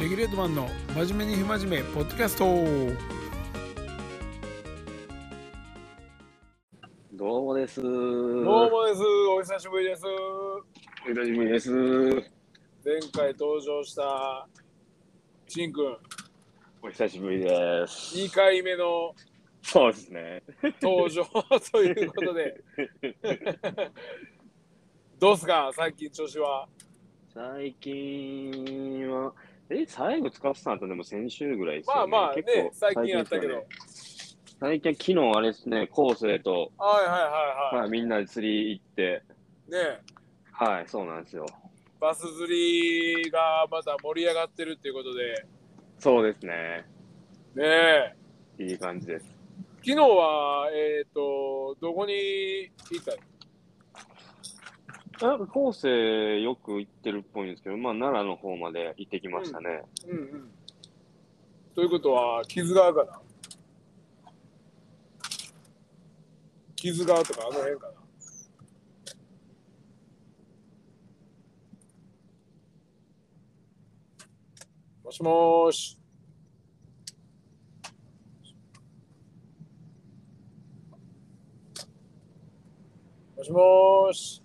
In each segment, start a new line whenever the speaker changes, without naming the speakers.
レギュレートマンの真面目に不真面目ポッドキャスト
どうもです。どう
どう。もですお久しぶりです
お久しぶりです。お
前回登場したしんくん
久しぶりです。
2回目の
そうですね。
登場ということで どうすか最近調子は
最近は、え、最後使ってたのとでも先週ぐらいです
まあ
よね。
まあ
結
ね
構
最近やったけど、
最近ですよね、最近昨日あれですね、コースへと、
はいはいはい
ま
は
あみんなで釣り行って、
いね
はい、そうなんですよ。
バス釣りがまた盛り上がってるっていうことで
そうですね。
ね
いい感じです。
昨日はえっ、とどこに行ったの
なんかコースへよく行ってるっぽいんですけど、まあ奈良の方まで行ってきましたね。
うんうんということは傷があるかな傷があるとかあの辺かなもしもーしもしもーし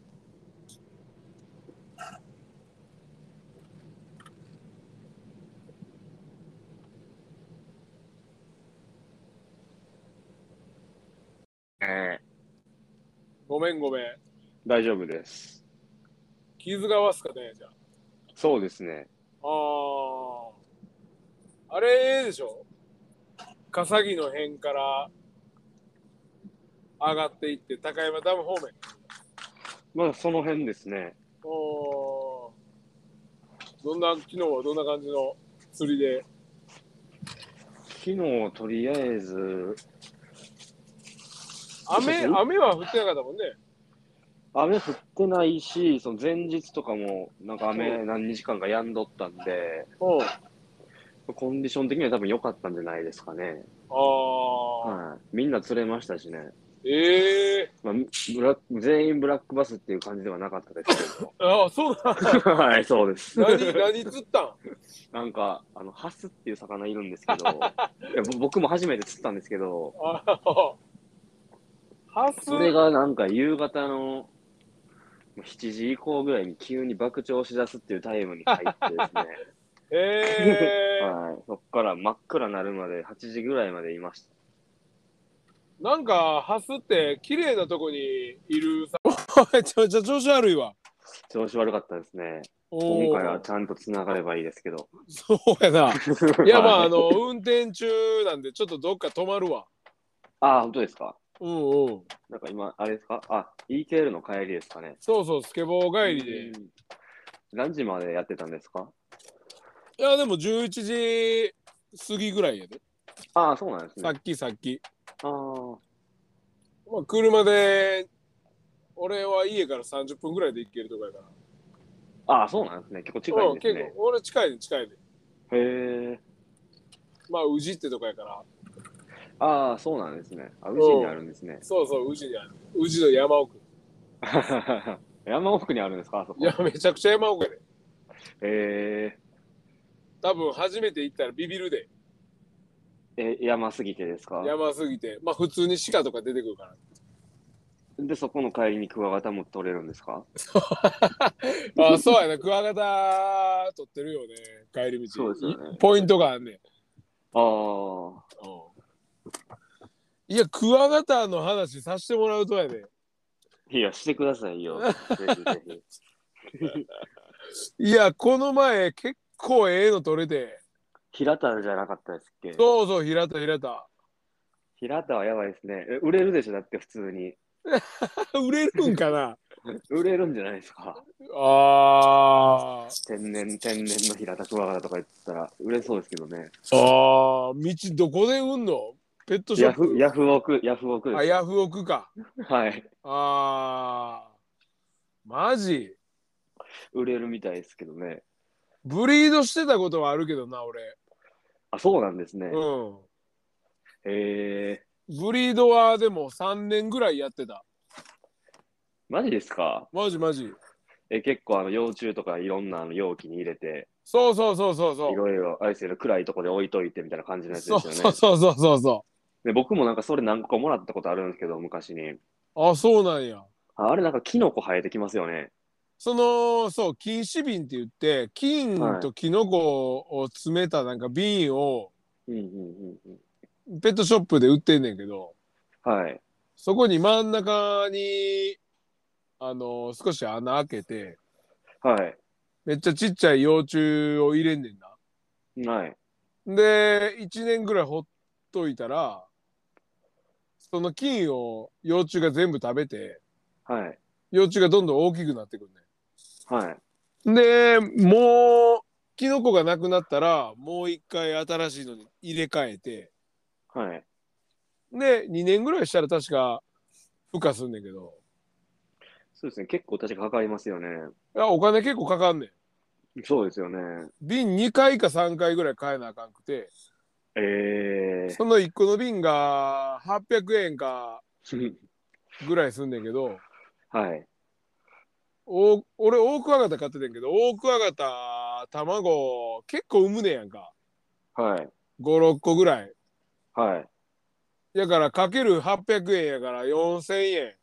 ええ
ごめんごめん
大丈夫です。
傷がわすかねじゃあ
そうですね。
ああ。あれでしょ笠木の辺から上がっていって、高山ダム方面。
まあその辺ですね。
おーどんな、昨日はどんな感じの釣りで。
昨日とりあえず、
雨、
うん
雨は降ってなかったもんね。
雨降ってないし、その前日とかも、なんか雨何日間か止んどったんで、
うん。
コンディション的には多分良かったんじゃないですかね。
ああ、
はい。みんな釣れましたしね。
ええ
まあ、ブラック全員ブラックバスっていう感じではなかったです け
ー。ああ、そうだ。
ど。はい、そうです。
何、何釣ったん
なんか、あの、ハスっていう魚いるんですけど、いやぼ僕も初めて釣ったんですけど、
ああ。ハス
それがなんか夕方の7時以降ぐらいに急に爆調しだすっていうタイムに入ってですね。
ええー。
はい、そっから真っ暗になるまで8時ぐらいまでいました。
なんか、ハスって綺麗なとこにいるさ。めちゃめちゃ調子悪いわ。
調子悪かったですね。
おー
今回はちゃんと繋がればいいですけど。
そうやな。 いや、まあ、
は
あの、運転中なんで、ちょっとどっか止まるわ。
あ、本当ですか
うんうん。
なんか今、あれですかあ、EKL の帰りですかね。
そうそう、スケボー帰りで。
うん何時までやってたんですか
いや、でも11時過ぎぐらいやで。
ああ、そうなんです
さ
ね。
っきさっき。
ああ、
まあ、車で、俺は家から30分ぐらいで行けるとこやから。
ああ、そうなんですね。結構近いんで
う
す
ん
ね
結。構、俺近いで近いで。
へえ。
まあ、宇治ってとこやから。
ああ、そうなんですね。あ、宇治にあるんですね。
そうそう、宇治にある。宇治の山奥。
山奥にあるんですかあそこ。
いや、めちゃくちゃ山奥やで。
へ
多分初めて行ったらビビるで。
え。え、山すぎてですか
山すぎて。まあ、普通に鹿とか出てくるから。
で、そこの帰りにクワガタも取れるんですか
あそうやね、クワガタ取ってるよね、帰り道。
そうですよね
いポイントがあんねん。
ああ、
いや、クワガタの話させてもらうとやで。
いや、してくださ いよ。ぜひぜひ。
いや、この前、結構ええの取れて。
平田じゃなかったですっけ
そうそう、平田、平田。
平田はやばいですね。え売れるでしょ、だって普通に。
売れるんか な
売れるんじゃないですか。
あー
天然、天然の平田クワガタとか言ったら、売れそうですけどね。
あー、道どこで売んのペットショ
ヤ
ップ
フ、ヤフオク、ヤフオク
あ、
で
ヤフオクか。
す。はい。
あー、マジ
売れるみたいですけどね。
ブリードしてたことはあるけどな、俺。
あ、そうなんですね。
うん。
へえ。
ブリードはでも3年ぐらいやってた。
マジですか
マジマジ。
え、結構あの、幼虫とかいろんなあの容器に入れて、
そうそうそうそうそう
いろいろ、あれですよね、暗いとこで置いといてみたいな感じのやつです
そ
よ
う
ね。
そうそうそうそうそ
で僕もなんかそれ何個かもらったことあるんですけど、昔に。
うあそうなんや
ああれなんかキノコ生えてきますよね。
そのそう菌糸瓶って言って菌とキノコを詰めたなんか瓶を
うんうんうん
ペットショップで売ってんねんけど
うん。はい。
そこに真ん中にあの少し穴開けて
はい。
めっちゃちっちゃい幼虫を入れんねんな。
はい。
で1年ぐらいほっといたらその菌を幼虫が全部食べて
はい。
幼虫がどんどん大きくなってくる
はい。
ねんでもうキノコがなくなったらもう一回新しいのに入れ替えて
はい。
で2年ぐらいしたら確か孵化すんねんけど
そうですね。結構確かかかりますよね。
いやお金結構かかんねん
そうですよね。
瓶2回か3回ぐらい買えなあかんくて
え
その1個の瓶が800円か
ー。
ぐらいすんねんけど
はい。
お俺大クワガタ飼っててんけど大クワガタ卵結構産むねやんか
はい。
56個ぐらい
はい。
やからかける800円やから4000円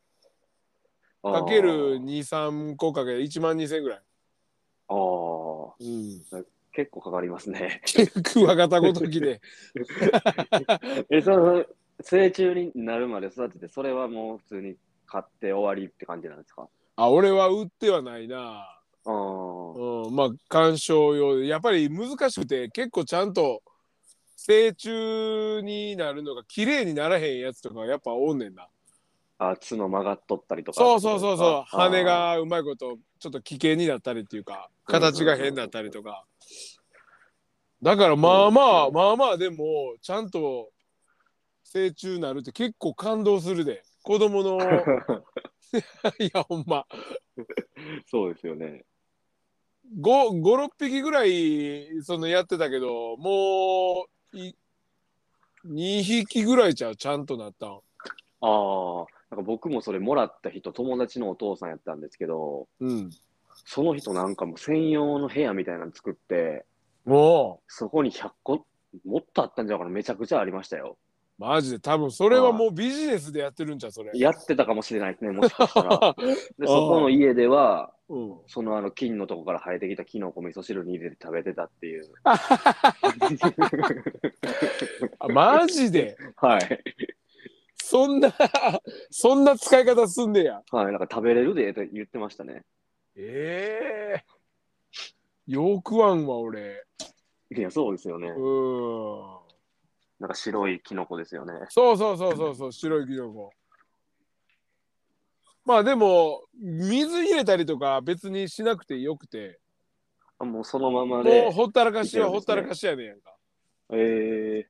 あー
かける。23個かけて1万2000円ぐらい、
ああ。
うん、
結構かかりますね。
クワガタごときで
え、その、成虫になるまで育てて、それはもう普通に買って終わりって感じなんですか
あ俺は売ってはないな
ああ。
うん、まあ鑑賞用でやっぱり難しくて結構ちゃんと成虫になるのが綺麗にならへんやつとかやっぱおんねんな
あ角曲がっとったりとか
そうそうそうそう
あー
羽がうまいことちょっと危険になったりっていうか形が変だったりとかだからまあまあまあまあでもちゃんと成虫なるって結構感動するで子供の いやほんま
そうですよね
56匹ぐらいそのやってたけどもうい2匹ぐらいちゃうちゃんとなったん
ああなんか僕もそれもらった人友達のお父さんやったんですけど
うん
その人なんかもう専用の部屋みたいなの作って
も
そこに100個もっとあったんじゃないかなめちゃくちゃありましたよ
うマジで多分それはもうビジネスでやってるんじゃうそれ
やってたかもしれないですねもしかし たらで
ー
そこの家では
うん
そのあの金のとこから生えてきたキノコ味噌汁に入れて食べてたっていう
あマジで
はい
そんなそんな使い方すんねや
はいなんか食べれるでって言ってましたね
ええよくわんわ俺
いやそうですよね
うんそ
なんか白いキノコですよね
うそうそうそうそう白いキノコまあでも水入れたりとか別にしなくてよくて
あもうそのまま
も
で
う、ほったらかしはほ
い
っ
け
た
る
ら
んですね
かしやねんやんか、
えー、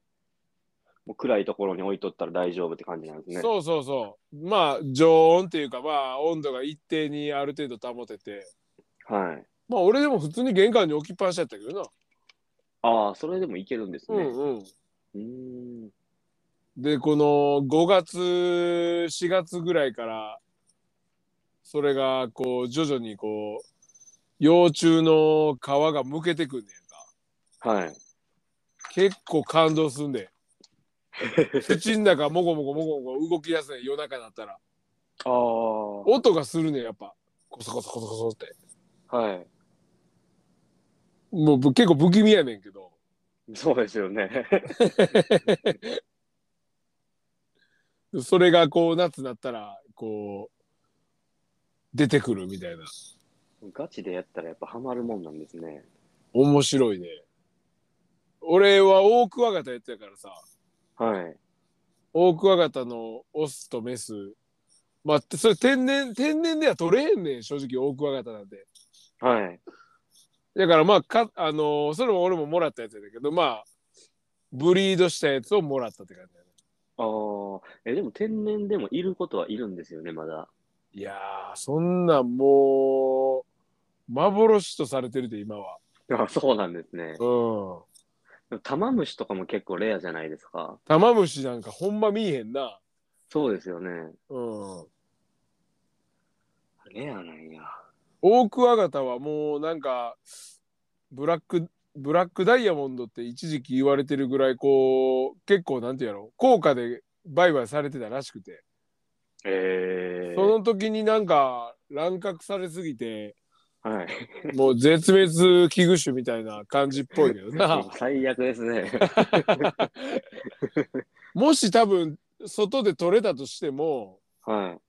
もう暗いところに置いとったら大丈夫って感じなんですね。
そうそうそうまあ常温っていうかまあ温度が一定にある程度保てて
はい。
まあ俺でも普通に玄関に置きっぱなしやったけどな、
ああ、それでもいけるんですね。
うんうん
うーん。
でこの5月4月ぐらいからそれがこう徐々にこう幼虫の皮がむけてくんねんか
はい。
結構感動すんで口ん中もごもごもごもご動き出すねん夜中になったら
ああ。
音がするねんやっぱコソコソコソコソって
はい。
もうぶ結構不気味やねんけど
そうですよね。
それがこう夏になったらこう出てくるみたいな
ガチでやったらやっぱハマるもんなんですね。
面白いね俺は大クワガタやってたからさ
はい。
オオクワガタのオスとメスまあそれ天然天然では取れへんねん正直オオクワガタなんて
はい。
だからまあかあのーそれも俺ももらったやつやだけどまあブリードしたやつをもらったって感じだね
ああ。え、でも天然でもいることはいるんですよね、まだ。
いやーそんなんもう幻とされてるで今は
あそうなんですね。
うん
でも玉虫とかも結構レアじゃないですか。
タマムシなんかほんま見えへんな
そうですよね。
うん
レアなんや。
オオクワガタはもうなんかブラックブラックダイヤモンドって一時期言われてるぐらいこう結構なんていうやろ高価で売買されてたらしくて、
え
その時になんか乱獲されすぎて
はい。
もう絶滅危惧種みたいな感じっぽいけど な
最悪ですね。
もし多分外で取れたとしても
はい。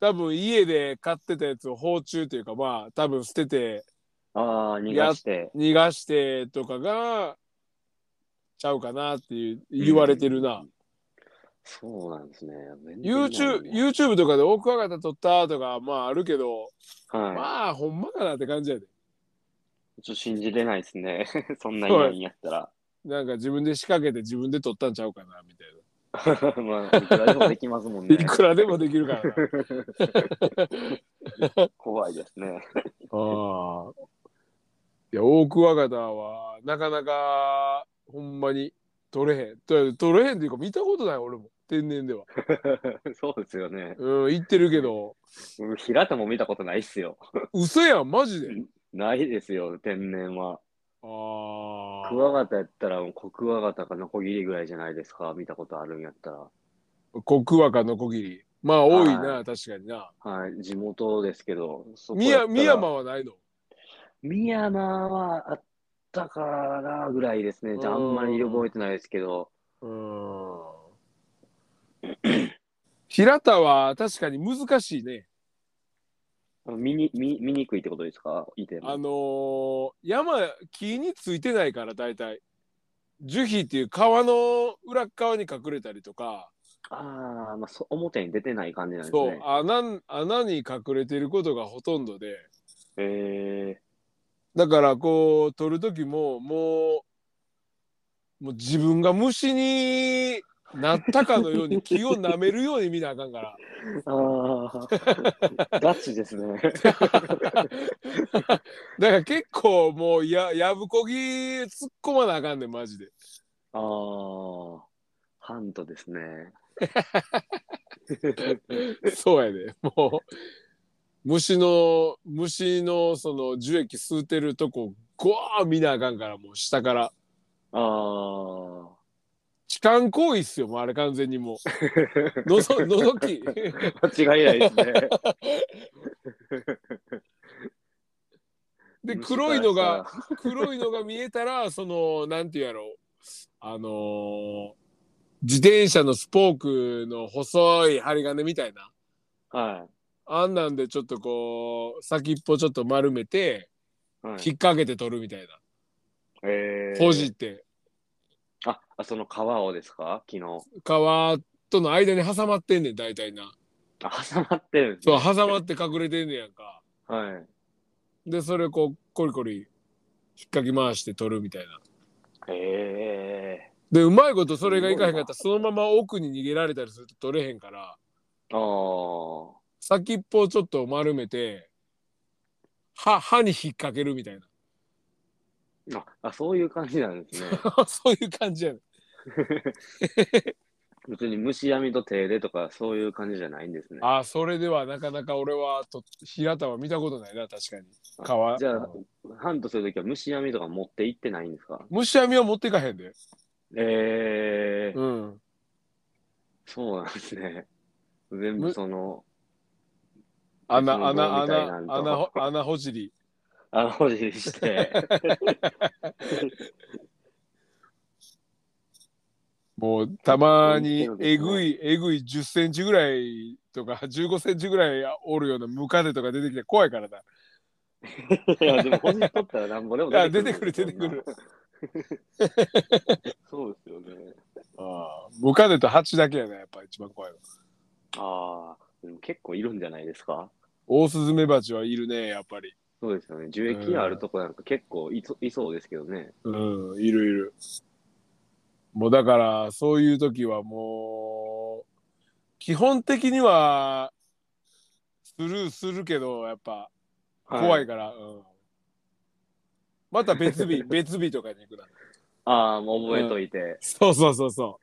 多分家で飼ってたやつを放虫というかまあ多分捨てて
ああ、逃がして。
逃がしてとかがちゃうかなっていう言われてるな、
そうなんですね。
YouTube, YouTube とかでオオクワガタ撮ったとかまああるけど、
は
まあほんまかなって感じやで
い。ちょっと信じれないですね。 そんなにないんやったら。
なんか自分で仕掛けて自分で撮ったんちゃうかなみたい
まあ、いくらでもできますもん
な、
ね
い。くらでもできる からな
怖いですね。
ああいやオオクワガタはなかなかほんまに撮れへんと撮れへんっていうか見たことない俺も天然では
そうですよね。
うん言ってるけど
うん平田も見たことないっすよ。
嘘やんマジで
ないですよ、天然は。
あ
クワガタやったら、コクワガタかノコギリぐらいじゃないですか、見たことあるんやったら。
あコクワガノコギリまあ多い
は
な確かにな
はい、地元ですけど。そこ
みや
やったら
深山はないの
深山はあったからぐらいですね。じゃああんまり覚えてないですけど。
うーん平田は確かに難しいね。
見に見見にくいってことですかいても
あのー山木についてないから大体樹皮っていう川の裏っ側に隠れたりとか、
あー、まあそ、表に出てない感じなんです
そう
ね。
穴穴に隠れてることがほとんどで
え
だからこう取る時ももうもう自分が虫になったかのように気を舐めるように見なあかんから。
ー、ああ、 ガチですね。
だから結構もうややぶこぎ突っ込まなあかんねんマジで
ああ、ハントですね。
そうやでもう虫の虫のその樹液吸うてるとこゴワー見なあかんからもう下から
ああ、
痴漢行為っすよもうあれ完全にもうのぞのぞき
間違いないですね。
で黒いのが黒いのが見えたらそのなんていうやろうあのー自転車のスポークの細い針金みたいな
は
あんなんでちょっとこう先っぽちょっと丸めて
い。はい、
引っ掛けて取るみたいな、
えー
ほじって
あ、あその皮をですか昨日。
皮との間に挟まってんねん大体な
あ、挟まってるんです
そう
ね。
挟まって隠れてんねやんか
はい。
でそれこうコリコリ引っかき回して取るみたいな
え
でうまいことそれがいかへんかったらそのまま奥に逃げられたりすると取れへんから
ー、ああ。
先っぽをちょっと丸めて歯歯に引っ掛けるみたいな
ああそういう感じなんですね。
そういう感じやねん
別に虫網と手でとかそういう感じじゃないんですね。
ああそれではなかなか俺はと平田は見たことないな確かに皮
じゃあ、ハントするときは虫網とか持って行ってないんですか
虫網は持っていかへんで
えー、
うん
そうなんですね。全部その、
穴
別の棒
穴
みたい
穴
なんと
穴ほ穴ほじり
あの、ほじ りして。
もうたまに
そうで
え
すね
ぐいえぐい1 0センチぐらいとか1 5ンチぐらいおるようなムカデとか出てきて怖いからない
や、でもほじっとったらなんぼでも
いや出てくる出てくる。
そうですよね。
あームカデとハチだけやなやっぱ一番怖いの
ああ、でも結構いるんじゃないですか
オオスズメバチはいるねやっぱり
そうですよね。樹液あるとこなんか結構いそいそうですけどね。
うんいるいるもうだからそういう時はもう基本的にはスルーするけどやっぱ怖いから、うん、また別 日別日とかに行くな
ああ、もう覚えといて。
そうそうそうそ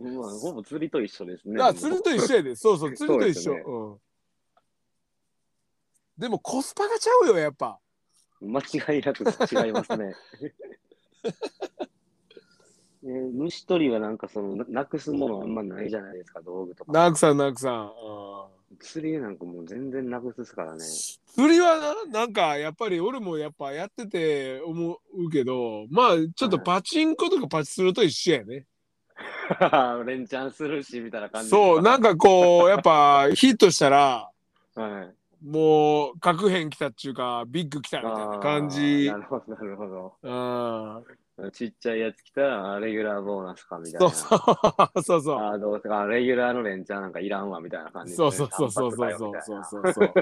う
わほぼ釣りと一緒です
う、
ね。
あ釣りと一緒やでそうそう釣りと一
そ
緒
うです
うん、でもコスパがちゃうよやっぱ
間違いなく違いま すね。えー虫取りはなんかそのななくすものあんまないじゃないですか、道具とか。
ナークさんナークさん。うん
釣りなんかもう全然なくすっすからね。
釣りはななんかやっぱり俺もやっぱやってて思うけどまあちょっとパチンコとかパチすると一緒やね、
連チャンするしみたいな感じですか。
そうなんかこうやっぱヒットしたら
はい。
もう核変来たっちゅうかビッグ来たみたいな感じ
あーなるほど、なるほど。
うん
ちっちゃいやつ来たら、あレギュラーボーナスかみたい
そ
な。
うそうそうそう
あーどう せか、レギュラーの連チャンなんかいらんわみたいな感じです
そ
ね、
うそうそうそうそうそうそうそうそう。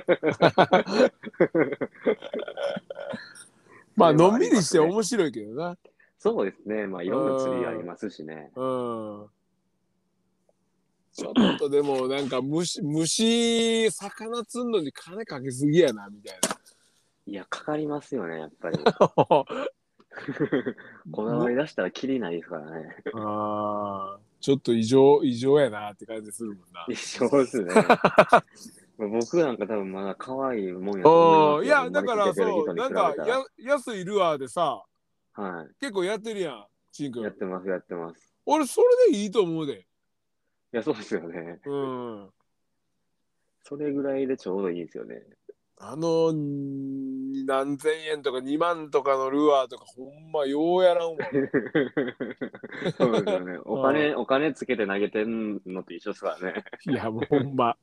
まあのんびりして面白いけどな。
そうですね。まあ、いろんな釣りありますしね。
うん。ちょっとでもなんか虫虫魚釣んのに金かけすぎやなみたい
いや、かかりますよね、やっ ぱり。
な。
こだわり出したらきりないですから ね。
あーちょっと異常異常やなって感じするもんな。
一緒で すね。僕なんか多分まだ可愛いもんやと
あ
思
ー
い
い
ますよ
やだからそうなんか、
生まれてきてくれる人に比べたら
や安いルアーでさ
は
結構やってるやんちんく
い。やっ
ん。
てます、やってます。
俺それでいいと思うで。
いや、そうですよね。
うん。
それぐらいでちょうどいいですよね。
あのん何千円とか2万とかのルアーとかほんまようやらんわ。
そうですよ ね。お金、お金つけて投げてんのと一緒ですからね。
いやもうほん ま。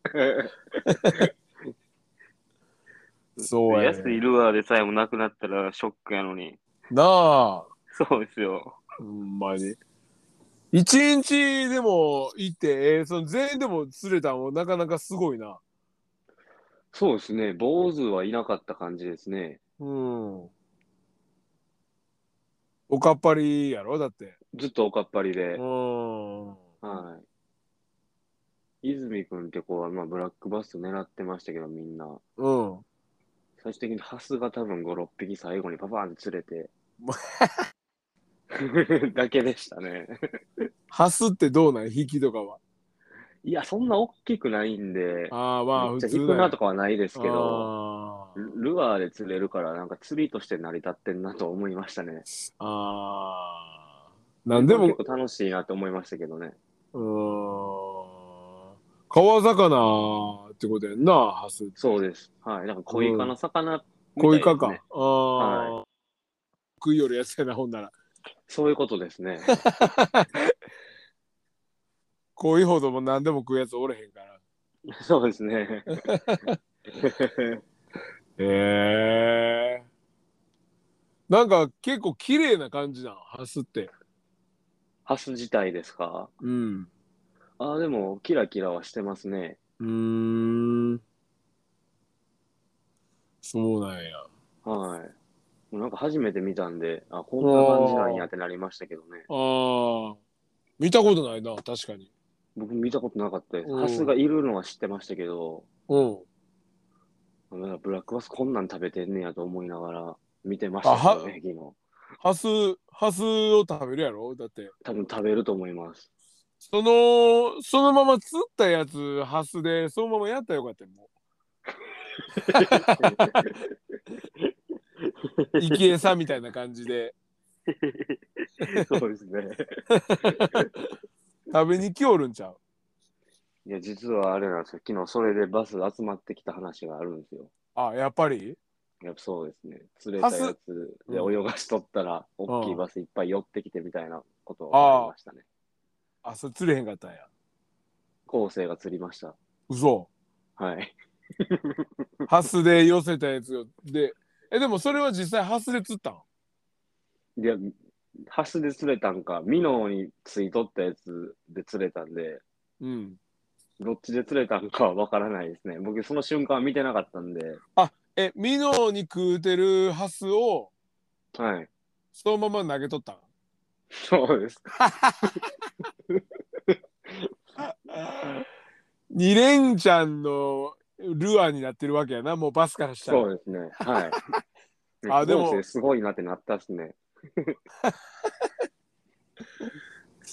そうや、
安い
ね。
ルアーでさえもなくなったらショックやのに。
なあ。
そうですよ。
ほんまに。一日でも行って、えーその全員でも釣れたのもなかなかすごいな。
そうですね。坊主はいなかった感じですね。
うん。おかっぱりやろだって。
ずっとおかっぱりで
う。ん。
はい。泉くんって子は、まあ、ブラックバス狙ってましたけど、みんな。
うん。
最終的にハスが多分5、6匹最後にパパーンって釣れて。 だけでしたね。
ハスってどうなん引きとかは。
いや、そんな大きくないんで、
ああ、まあ
めっ
普
ちゃ
通
引くなとかはないですけど、
あー
ルルアーで釣れるから、なんか釣りとして成り立ってんなと思いましたね。
あー。なんでも
結、構楽しいなと思いましたけどね。
うーん。川魚ってことやんな、ハスって。
そうです。はい。なんか小イカの魚みた
小
い
イ
ですね、
カか。ああ、
は
食いよるやつやな、ほんなら。
そういうことです ね。
こいほども何でも食うやつおれへんから。
そうですね。
へえ。なんか結構綺麗な感じなん、ハスって。
ハス自体ですか
うん。
ああ、でも、キラキラはしてますね。
うーん。そうなんや。
はい。もうなんか初めて見たんで、あ、こんな感じなんやってなりましたけどね。
ああ。見たことないな、確かに。
僕見たことなかったです。
うん
ハスがいるのは知ってましたけど、
うん。
なんかブラックバスこんなん食べてんねやと思いながら見てまし
あ
た
は
けどね、昨日。
ハス、ハスを食べるやろだって。
多分食べると思 います。
その、そのまま釣ったやつ、ハスで、そのままやったらよかったよ、もう。生き餌みたいな感じで。
そうですね。
食べに来おるんちゃう
いや、実はあれなんですよ。昨日それでバス集まってきた話があるんですよ。
あ、やっぱり
やっぱそうですね。釣れたやつで
うん
泳がしとったら、大きい
うん
バスいっぱい寄ってきてみたいなことがありましたね。
あ、それ釣れへんかったんや。
後世が釣りました。
嘘。
はい。
ハスで寄せたやつで。え、でもそれは実際ハスで釣ったん
いや、ハスで釣れたんか、ミノーについとったやつで釣れたんで、
うん。
どっちで釣れたんかはわからないですね。僕、その瞬間は見てなかったんで、
え、ミノーに食うてるハスを
はい。
そのまま投げとったん
そうです。
二連ちゃんのルアーになってるわけやな、もうバスからしたら。
そうですね。はい。
あでも
後世すごいなってなったっすね。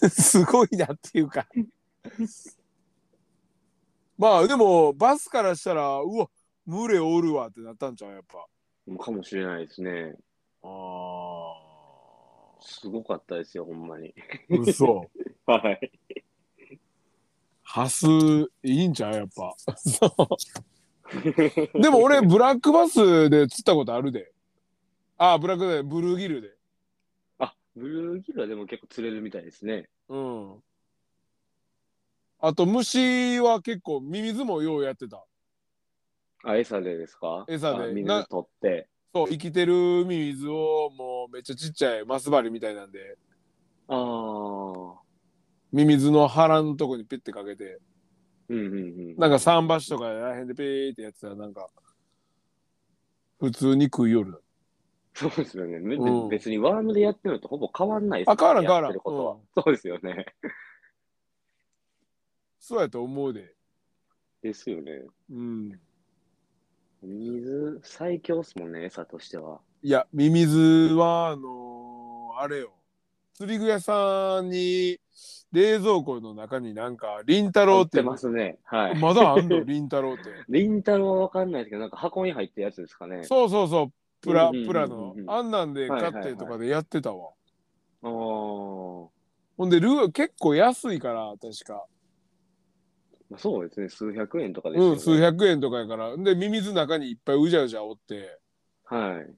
すごいなっていうか。まあでもバスからしたらうわ群れおるわってなったんちゃうやっぱ。
もうかもしれないですね。
あ
すごかったですよ、ほんまに。
ー。嘘。
はい。
ハス、いいんちゃうやっぱ。そう。 でも俺、ブラックバスで釣ったことあるで。ああ、ブラックで、ブルーギルで。
あ、ブルーギルはでも結構釣れるみたいですね。
うん。あと、虫は結構、ミミズもようやってた。
あ、餌でですか
餌で
あ水
な
取って。
そう、生きてるミミズを、もう、めっちゃちっちゃいマス針みたいなんで、
ああ。うん
ミミズの腹のとこにピッてかけて、
うんうん。
なんか桟橋とかあらへんでピーってやってたら、なんか、普通に食いよる。
そうですよね。め
うん
別にワームでやってるのとほぼ変わんないです
あ変わらん変わらん
やってることは。そうですよね。
そうやと思うで。
ですよね。
うん。
水、最強っすもんね、餌としては。
いや、ミミズは、あのーあれよ。釣り具屋さんに、冷蔵庫の中になんか、りんたろう
取
っ、
っててますね。はい。
まだあんの りんたろうって。
りんたろはわかんないですけど、なんか箱に入ってるやつですかね。
そうそうそう、プラ、
うんうんうんうん
プラの。あんなんで買ってとかでやってたわ。
あー
ほんで、ルアー結構安いから、確か。
まあ。そうですね、数百円とかですよ
う
ね。
ん、数百円とかやから。で、ミミズ中にいっぱいうじゃうじゃおって、
はい。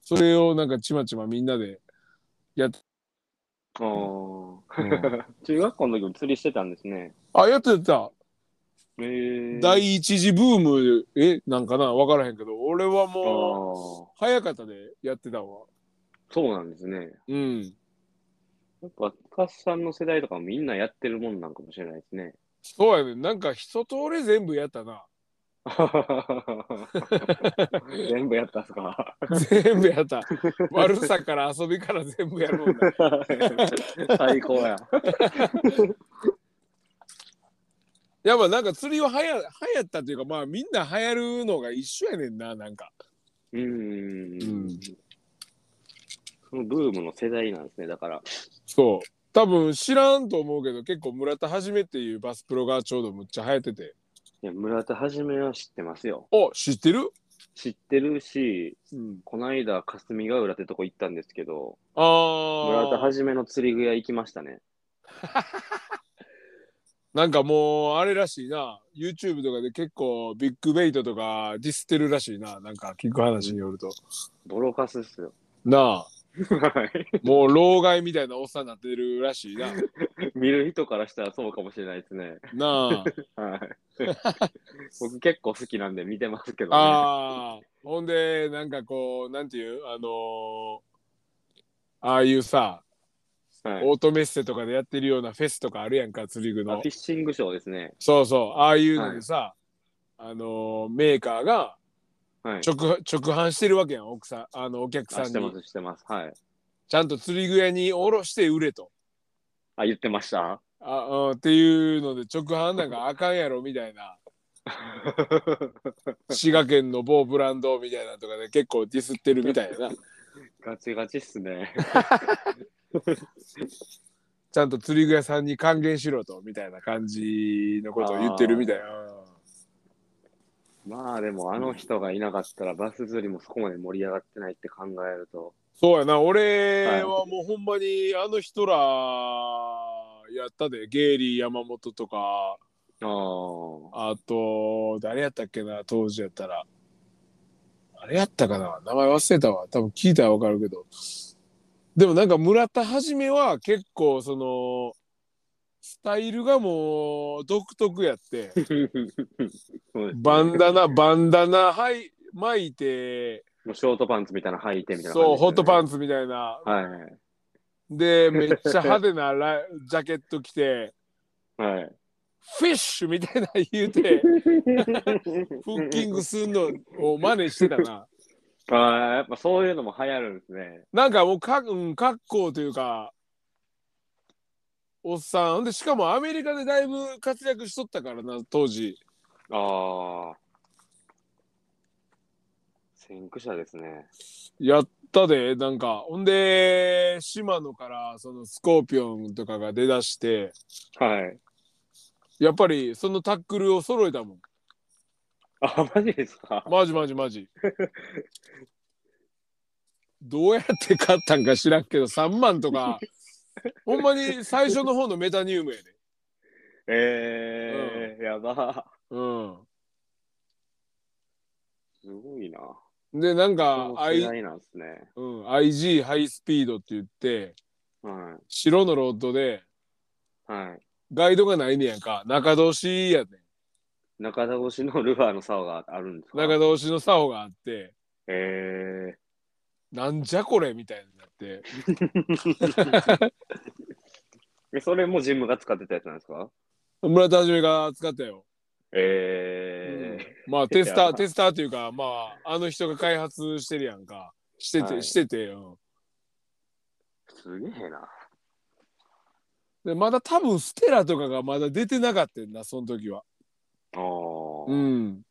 それをなんかちまちまみんなでやって、
あー 中学校の時も釣りしてたんですね。
あ、やってた。
えー、
第一次ブーム、え、なんかなわからへんけど、俺は
あ
もう、
ー
早かったでやってたわ。
そうなんですね。
うん。
やっぱ、深津さんの世代とかもみんなやってるもんなんかもしれないですね。
そうやね。なんか一通り全部やったな。
全部やったっすか。
全部やった。悪さから遊びから全部やるもんな。
最高や。
やっぱなんか釣りははや、流行ったっていうか、まあみんな流行るのが一緒やねんな、なんか。
うー
うん
ん。そのブームの世代なんですね、だから。
そう。多分知らんと思うけど、結構村田はじめっていうバスプロがちょうどむっちゃ流行ってて。
いや、村田はじめは知ってますよ。
お、知ってる
知ってるし、
うん。
こないだ霞ヶ浦ってとこ行ったんですけど、
あー。
村田はじめの釣り具屋行きましたね。
なんかもうあれらしいな YouTube とかで結構ビッグベイトとかディスってるらしいななんか聞く話によると、
ボロカスっすよ。
なあ
はい
もう老害みたいなおっさんになってるらしいな
見る人からしたらそうかもしれないですね。
なあ
はい。僕結構好きなんで見てますけどね。
ああほんでなんかこうなんていうあのーああいうさ、
はい
オートメッセとかでやってるようなフェスとかあるやんか釣り具の
あフィッシングショーですね。
そうそうああいうのでさ、あのーメーカーが
はい。
直直販してるわけやん奥さんあのお客さ
あ
ん
してま
に
す、してます。はい。
ちゃんと釣り具屋におろして売れと。
あ、言ってました。
あうんっていうので直販なんかあかんやろみたいな滋賀県の某ブランドみたいなとかで結構ディスってるみたいな
ガチガチっすね。
ちゃんと釣り具屋さんに還元しろとみたいな感じのことを言ってるみたいな
まあでもあの人がいなかったらバス釣りもそこまで盛り上がってないって考えると。
そうやな俺はもうほんまにあの人らやったでゲイリー山本とか
あ
あと誰やったっけな当時やったらあれやったかな名前忘れたわ多分聞いたら分かるけどでもなんか村田はじめは結構そのスタイルがもう独特やって
あ。そうです
バンダナバンダナはい巻いて
もうショートパンツみたいなの履いてみたいな感じですよね、
そうホットパ
ン
ンツみたいな
はい。
でめっちゃ派手なラジャケット着て
はい。
フィッシュみたいな言うてフッキングすんのを真似してたな。
あ あ、やっぱそういうのも流行るんですね。
なんかもうか、うん、格好というか、おっさん。ほんで、しかもアメリカでだいぶ活躍しとったからな、当時。
ああ。先駆者ですね。
やったで、なんか。ほんで、島野から、そのスコーピオンとかが出だして、
はい。
やっぱりそのタックルを揃えたもん。
あ、マジですか。
マジマジマジ。どうやって買ったんか知らんけど3万とかほんまに最初の方のメタニウムやで、
えー、やば。
う
すごいな。
ん、でなんか
そ、の世
I
代なんですね。
うん、IG ハイスピードって言って
は
白のロッドで
い。はい。
ガイドがないねやんか中通しやね
中田越しのルアーの竿があるんです
ん
か
中通しの作法があって
え
なんじゃこれみたいになって
ー、えそれもジムが使ってたやつなんですか
村田はじめが使ったよ、
えー、
うんまあテスタ
い
ー
や
テスターっていうかまああの人が開発してるやんかしてて、
はい
しててよ
すげえな。
でまだ多分ステラとかがまだ出てなかったんなその時は
あー、
うん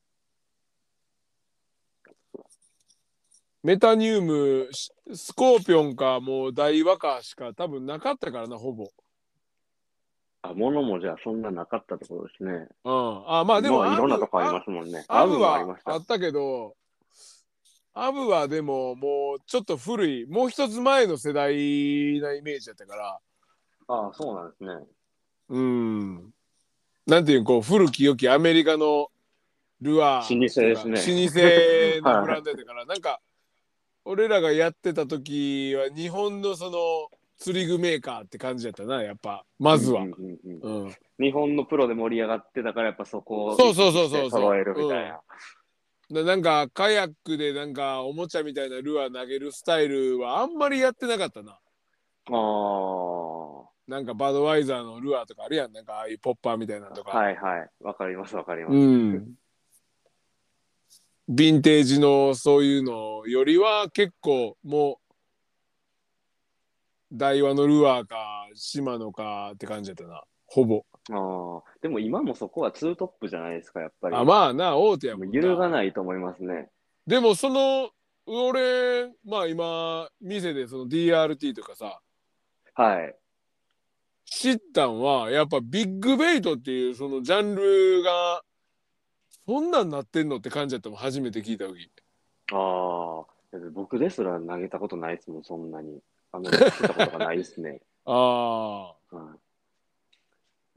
メタニウムしスコーピオンかもうダイワかしか多分なかったからなほぼ
あ、物もじゃあそんななかったってことですね。
うんあまあでも
まあ、いろんなとこあり
す
ますもんね。
ア
ア
ブ
ブもあり
は
まし
あ
た
っ。たけど、アブはでももうちょっと古い、もう一つ前の世代なイメージだったから、
ああ、そうなんですね。
うん。なんていうこう古き良きアメリカのルアー、
老舗ですね。
老舗のブランドやったから、なんか俺らがやってた時は日本のその釣り具メーカーって感じやったな、やっぱまずは。
うんうんうん
うん。
日本のプロで盛り上がってたから、やっぱそこを
そうそうそうそうそう
揃えるみたいな。
ななんかカヤックでなんかおもちゃみたいなルアー投げるスタイルはあんまりやってなかったな。
ああ。
なんかバドワイザーのルアーとかあるやん、なんかああいうポッパーみたいなのとか。
はいはい。わかりますわかります。
うん。ヴィンテージのそういうのよりは結構もう、ダイワのルアーか、島野かって感じだったな、ほぼ。
ああ。でも今もそこはツートップじゃないですか、やっぱり。
あまあな、大手や
も
も
うん揺るが
な。
ないと思いますね。
でもその、俺、まあ今、店でその DRT とかさ、
はい。
知ったんは、やっぱビッグベイトっていうそのジャンルが、そんなんなってんのって感じだったもん、初めて聞いた時。
ああ。僕ですら投げたことないですもん、そんなに。あの、投げたことがないで すね。
あ
は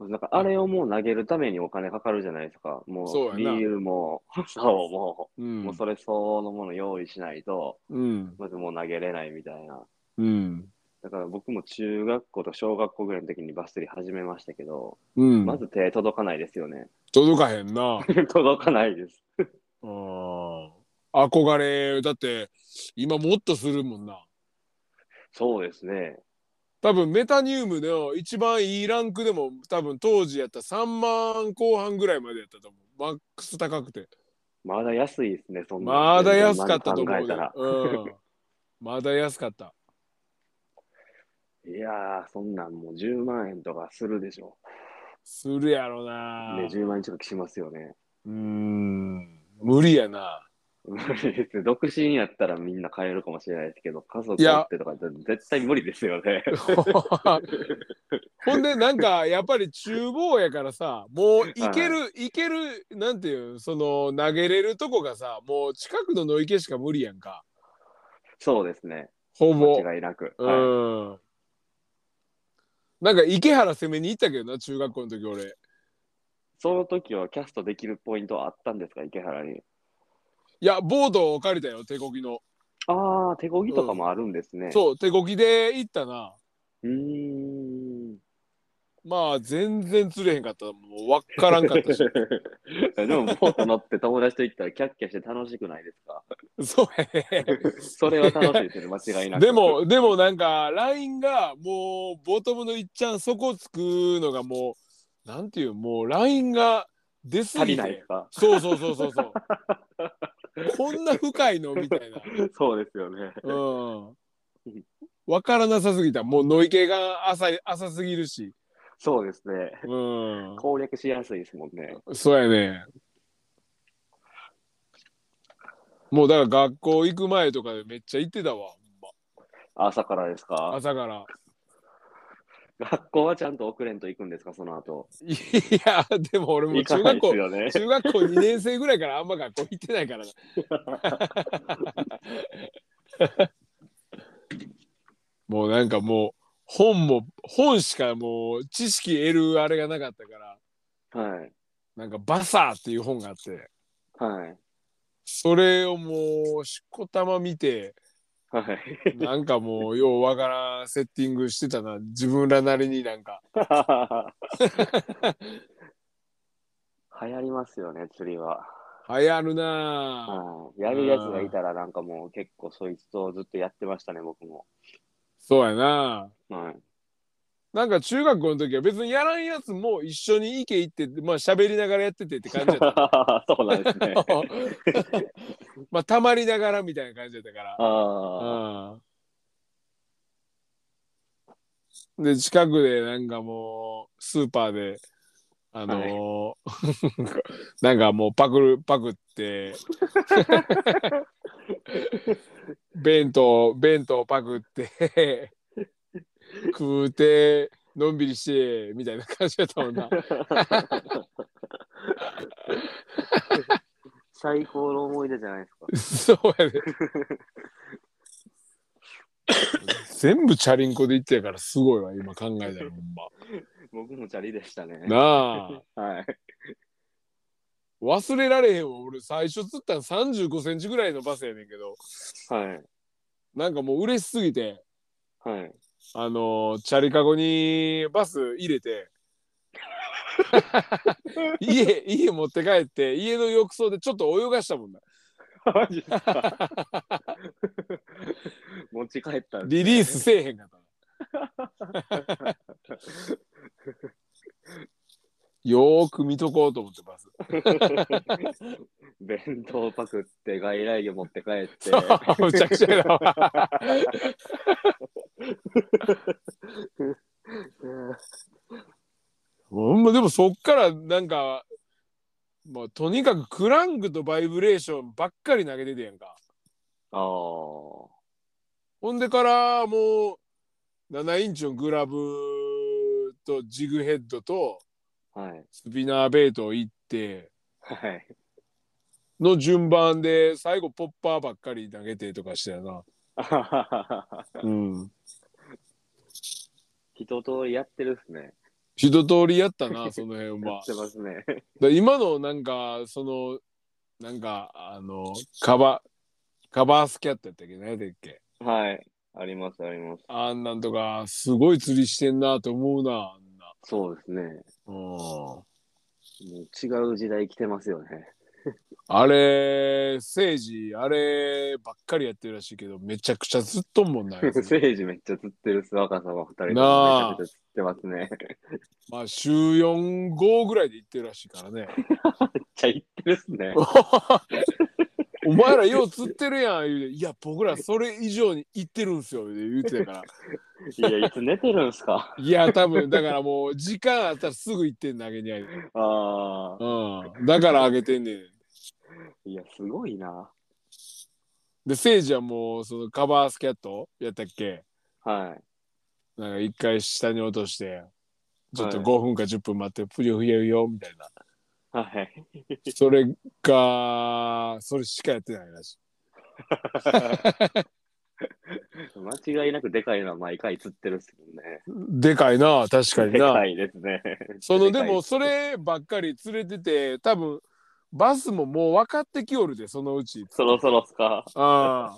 い。なんか、あれをもう投げるためにお金かかるじゃないですか。も
そうやな
う、ビールも、 竿も、
あ、う、
もうんそれ相応のもの用意しないと、
うん、
まずもう投げれないみたいな。
うん、
だから僕も中学校と小学校ぐらいの時にバス釣り始めましたけど、
うん、
まず手届かないです よね。
届かへん な。
届かないです。
あー憧れ、だって、今もっとするもんな。
そうですね。
多分メタニウムの一番いいランクでも多分当時やったら3万後半ぐらいまでやったと思うマックス高くて
まだ安いですね、そんな。
まだ安かったと
考
思
え
う
た
で
ら。
うん、まだ安かった
いやー、そんなんもう10万円とかするでしょ。
するやろな、
ね、10万円近くしますよね。
うーん無理やな
無理ですね。独身やったらみんな買えるかもしれないですけど、家族
いや
持ってとかだと絶対無理ですよね。
ほんでなんかやっぱり厨房やからさもう行ける、行けるなんていうその投げれるとこがさもう近くの野池しか無理やんか
そうですね。
ほぼ、
間違いなく。
う
は
ん、
い
なんか池原攻めに行ったけどな中学校の時俺
その時はキャストできるポイントはあったんですか、池原に。
いやボートを借りたよ手こぎの
ああ、手こぎとかもあるんですね。
そう手こぎで行ったな
う。うーん。
まあ全然釣れへんかったもうわっから んかったし
でも、ボート乗って友達と行ったらキャッキャして楽しくないです か
そうやね
それは楽しいですね、間違いなく。
で、もでもなんかラインがもうボトムのいっちゃん底つくのがもうなんていうもうラインが出す
足
ぎ
りないで
て
すか
そうそうそうそうそう こんな深いのみたいな
そうですよね。
うん分からなさすぎたもうノイ系が浅い浅すぎるし
そうですね。
うん
攻略しやすいですもんね。
そうやねもうだから学校行く前とかでめっちゃ行ってたわほん
朝からです
ま
か
朝から
学校はちゃんと遅れんと行くんですか、その後。
いやでも俺も
行か
中
ない
学
です
校
よね。
中学校2年生ぐらい からあんま学校行ってないからなもうなんかもう本も本しかもう知識得るあれがなかったから
はい。
なんか「バサー」っていう本があって
はい。
それをもうしこたま見て
はい。
なんかもうようわからんセッティングしてたな自分らなりになんか
流行りますよね、釣りは。
流行るなぁ
はいやるやつがいたら、なんかもう結構そいつをずっとやってましたね、僕も。
そうやな
はい。
なんか中学校の時は別にやらんやつも一緒に池行ってまあ喋りながらやっててって感じだった
そうなんですね。
まあたまりながらみたいな感じだったから
ああ。
うんで近くでなんかもうスーパーであのー なんかもうパクるパクって弁当弁当パクって食うてのんびりしてみたいな感じだったもんな
最高の思い出じゃないですか。
そうやで全部チャリンコで行ってやからすごいわ今考えたらほんま
僕もチャリでしたね。
なあ
はい。
忘れられへんわ俺最初釣ったの3 5センチぐらいのバスやねんけど
はい。
なんかもう嬉しすぎて
はい。
あのーチャリカゴにバス入れて 家家持って帰って家の浴槽でちょっと泳がしたもんな
マジですか持ち帰ったんで
リ
すね
リースせえへんかったなよーく見とこうと思ってバス
弁当パクって外来魚持って帰って
むちゃくちゃやなほんまでもそっからなんか、まあ、とにかくクランクとバイブレーションばっかり投げててやんか
ああ
ほんでからもう7インチのグラブとジグヘッドと
はい
スピナーベイトをいって
はい
の順番で最後ポッパーばっかり投げてとかしてやなうん
一通りやってるっすね
一通りやった なその辺
や
は
っ。てますね
だ今のなんかそのなんかあのカバカバースキャットやったっけ何やったっけ
はいありますあります
あんなんとかすごい釣りしてんなと思うなあんな
そうですね
うん
もう違う時代来てますよね
あれセイジあればっかりやってるらしいけどめちゃくちゃずっとんもん ない
政治めっちゃ釣ってるっす若さま二人ともめち
なあ
ゃくちゃ釣ってますね
まあ週4号ぐらいで行ってるらしいから ね
めっちゃ行ってるっ すね
お前らよう釣ってるやん言うていや僕らそれ以上に行ってるんすよ言うてたから
いやいつ寝てるんすか
いや多分だからもう時間あったらすぐ行ってん投げにあい
ああ
うん、だからあげてんねん。
いやすごいな
で、セイジはもう、そのカバースキャットやったっけ
はい
なんか一回下に落として、ちょっと
はい
5分か10分待って、ぷよふよふよみたいな。
はい
それが、それしかやってないらしい。
間違いなくでかいのは毎回釣ってるっすもんね。
でかいな、確かに
で
な
か。いですね。
その、
で
で
かい
も、そればっかり連れてて、多分、バスももう分かってきおるで、そのうち。
そろそろっすか。
ああ。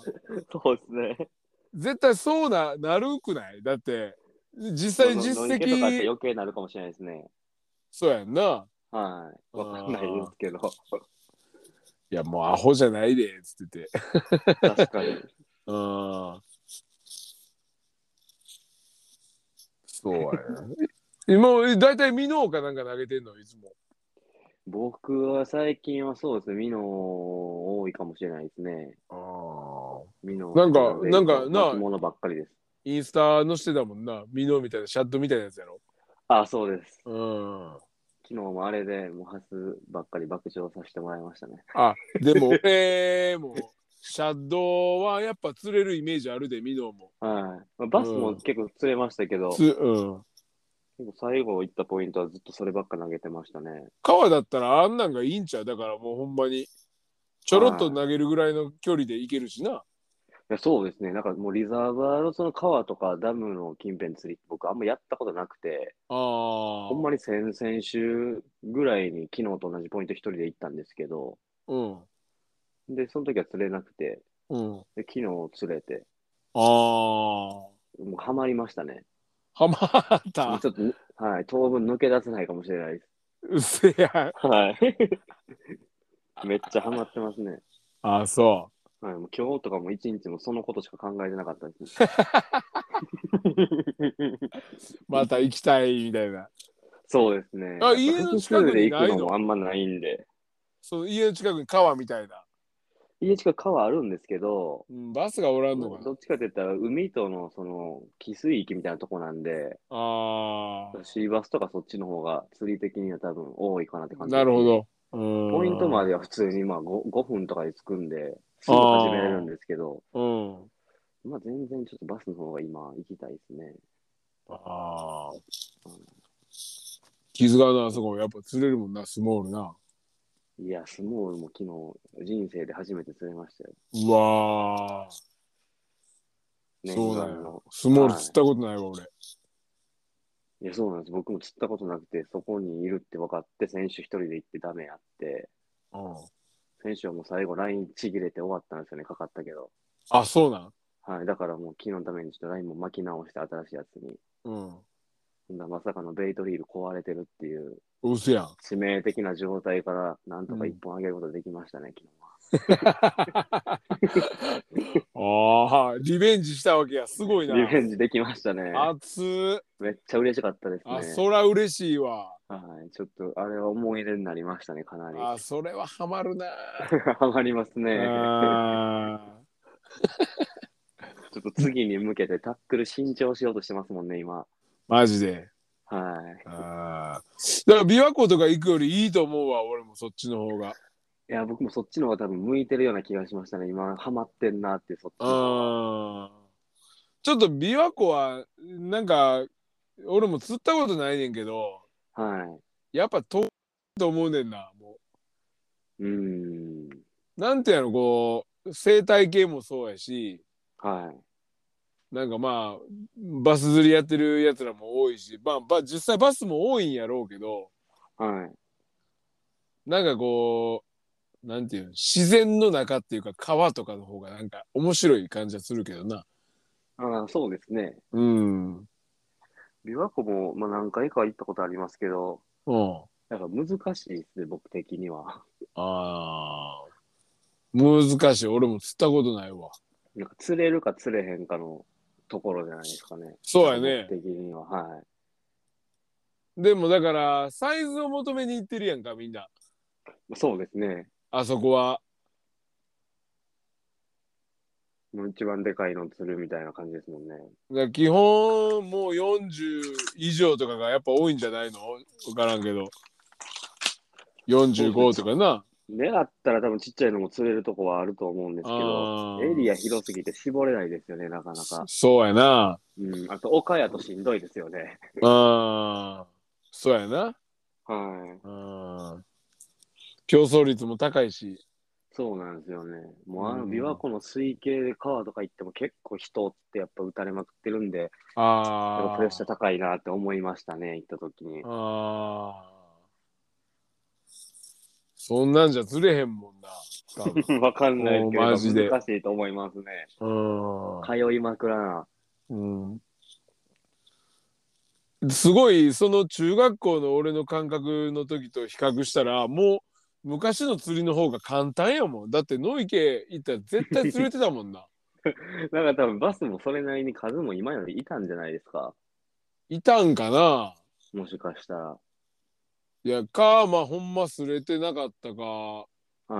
そうですね。
絶対そうな、なるくないだって、実際
その
実
ノイケとかって
績、
余計なるかもしれないですね。
そうやんな。
はい。わかんないですけど。
いやもうアホじゃないでっつってて。
確かに。
うん。そうやな。今だいたいミノーかなんか投げてんのいつも。
僕は最近はそうですね、ミノー多いかもしれないですね。
ああ。
ミノー
なんか
調べる
なんか
と
な
巻物ばっかりです。
インスタ載してたもんな。ミノーみたいなシャットみたいなやつやろ。
あ、そうです。
うん。
昨日もあれで、もうハスばっかり爆笑させてもらいましたね。
あでもえー、もうシャッドはやっぱ釣れるイメージあるでミノーも。
はい。まあバスも結構釣れましたけど。
つうん。
でも最後行ったポイントはずっとそればっか投げてましたね。
川だったらあんなんがいいんちゃうだからもうほんまにちょろっと投げるぐらいの距離でいけるしな。
や、そうですね。なんかもうリザーバーのその川とかダムの近辺釣り、僕あんまやったことなくて、
ああ。
ほんまに先々週ぐらいに昨日と同じポイント一人で行ったんですけど、
うん。
で、その時は釣れなくて、
うん。
で昨日釣れて、
ああ。
もうハマりましたね。
はまっ
もう
た。
ちょっと、はい、当分抜け出せないかもしれないです。
うっせや。
はい。 めっちゃハマってますね。
ああ、そ
はい、もう今日とかも一日もそのことしか考えてなかったで すね。
う。また行きたいみたいな。
そうですね。
あ家の近くにないの
複数で行くのもあんまないんで。
その家の近くに川みたいな。
家近く川あるんですけど、
うん、バスがおらんのかな。
どっちかって言ったら海とのその汽水域みたいなとこなんで、
あ
シーバスとかそっちの方が釣り的には多分多いかなって
あ。
感じです
なるほ。ど。うん
ポイントまでは普通にまあ 5, 5分とかで着くんで、すぐ始めれるんですけど、
うん。
まあ全然ちょっとバスの方が今行きたいですね。
ああ。傷がのあそこ、やっぱ釣れるもんな、スモールな。
いや、スモールも昨日人生で初めて釣れましたよ。
うわーそうだ
念願の
よ。スモール釣ったことないわ、俺。
いや、そうなんです。僕も釣ったことなくて、そこにいるって分かって、選手一人で行ってダメやって、
うん。
選手はもう最後、ラインちぎれて終わったんですよね、かかったけど。
あ、そうなん
はい、だからもう昨日のためにちょっとラインも巻き直して、新しいやつに。
うん。
ほんならまさかのベイトリール壊れてるっていう、
うせやん。
致命的な状態から、なんとか一本上げることできましたね、昨日は。
ああ、リベンジしたわけや。すごいな。
リベンジできましたね。
熱っ
めっちゃ嬉しかったです
あ、
ね。
そら嬉しいわ。
はい、ちょっと、あれは思い出になりましたね、かなり。
あ、それはハマる な。
ハマりますね。
あ
ちょっと次に向けてタックル慎重しようとしてますもんね、今。
ーマジで。
はい。
あーだから琵琶湖とか行くよりいいと思うわ、俺もそっちの方が。
いや、僕もそっちの方が多分向いてるような気がしましたね。今、ハマってんなっていう、そっち
あー
の。
ちょっと琵琶湖はなんか俺も釣ったことないねんけど
は
やっぱ遠いと思うねんなも
い。うーん。
うなんていうのこう生態系もそうやし
はい。
なんかまあバス釣りやってるやつらも多いしまあば実際バスも多いんやろうけど
はい。
なんかこうなんていうの自然の中っていうか川とかの方がなんか面白い感じはするけどな
ああ、そうですね。
うんうん
琵琶湖も、まあ、何回かは行ったことありますけど、なんか難しいですね、僕的には。
あー難しい俺も釣ったことないわ
なんか釣れるか釣れへんかのところじゃないですかね。
そうやね
僕的には。はい。
でもだからサイズを求めに行ってるやんかみんな
そうですね。
あそこは
もう一番でかいの釣るみたいな感じですもんね。
だから基本もう40以上とかがやっぱ多いんじゃないの分からんけど45とかな
狙ったら多分ちっちゃいのも釣れるとこはあると思うんですけど、
あ
エリ
ア
ア広すぎて絞れないですよね、なかなか。
そうやな
うん、あと、岡谷としんどいですよね。
あそうやな
はい。
うん競争率も高いし
そうなんですよね。もうあ
う
の
ん
琵琶湖の水系で川とか行っても結構人ってやっぱ打たれまくってるんで、やっ
あ
ぱ
あ
プレッシャー高いなって思いましたね、行った時に。
あーそんなんじゃずれへんもんな多分
わかんない
もうマ
です
ジ
け
で
ど、難しいと思いますね。
うん
通いまくらな。
うん、すごいその中学校の俺の感覚の時と比較したらもう昔の釣りの方が簡単やもんだって野池行ったら絶対釣れてたもんな
なんか多分バスもそれなりに数も今よりいたんじゃないですか。
いたんかな
もしかしたら。
いやかまあほんま釣れてなかったか
はい。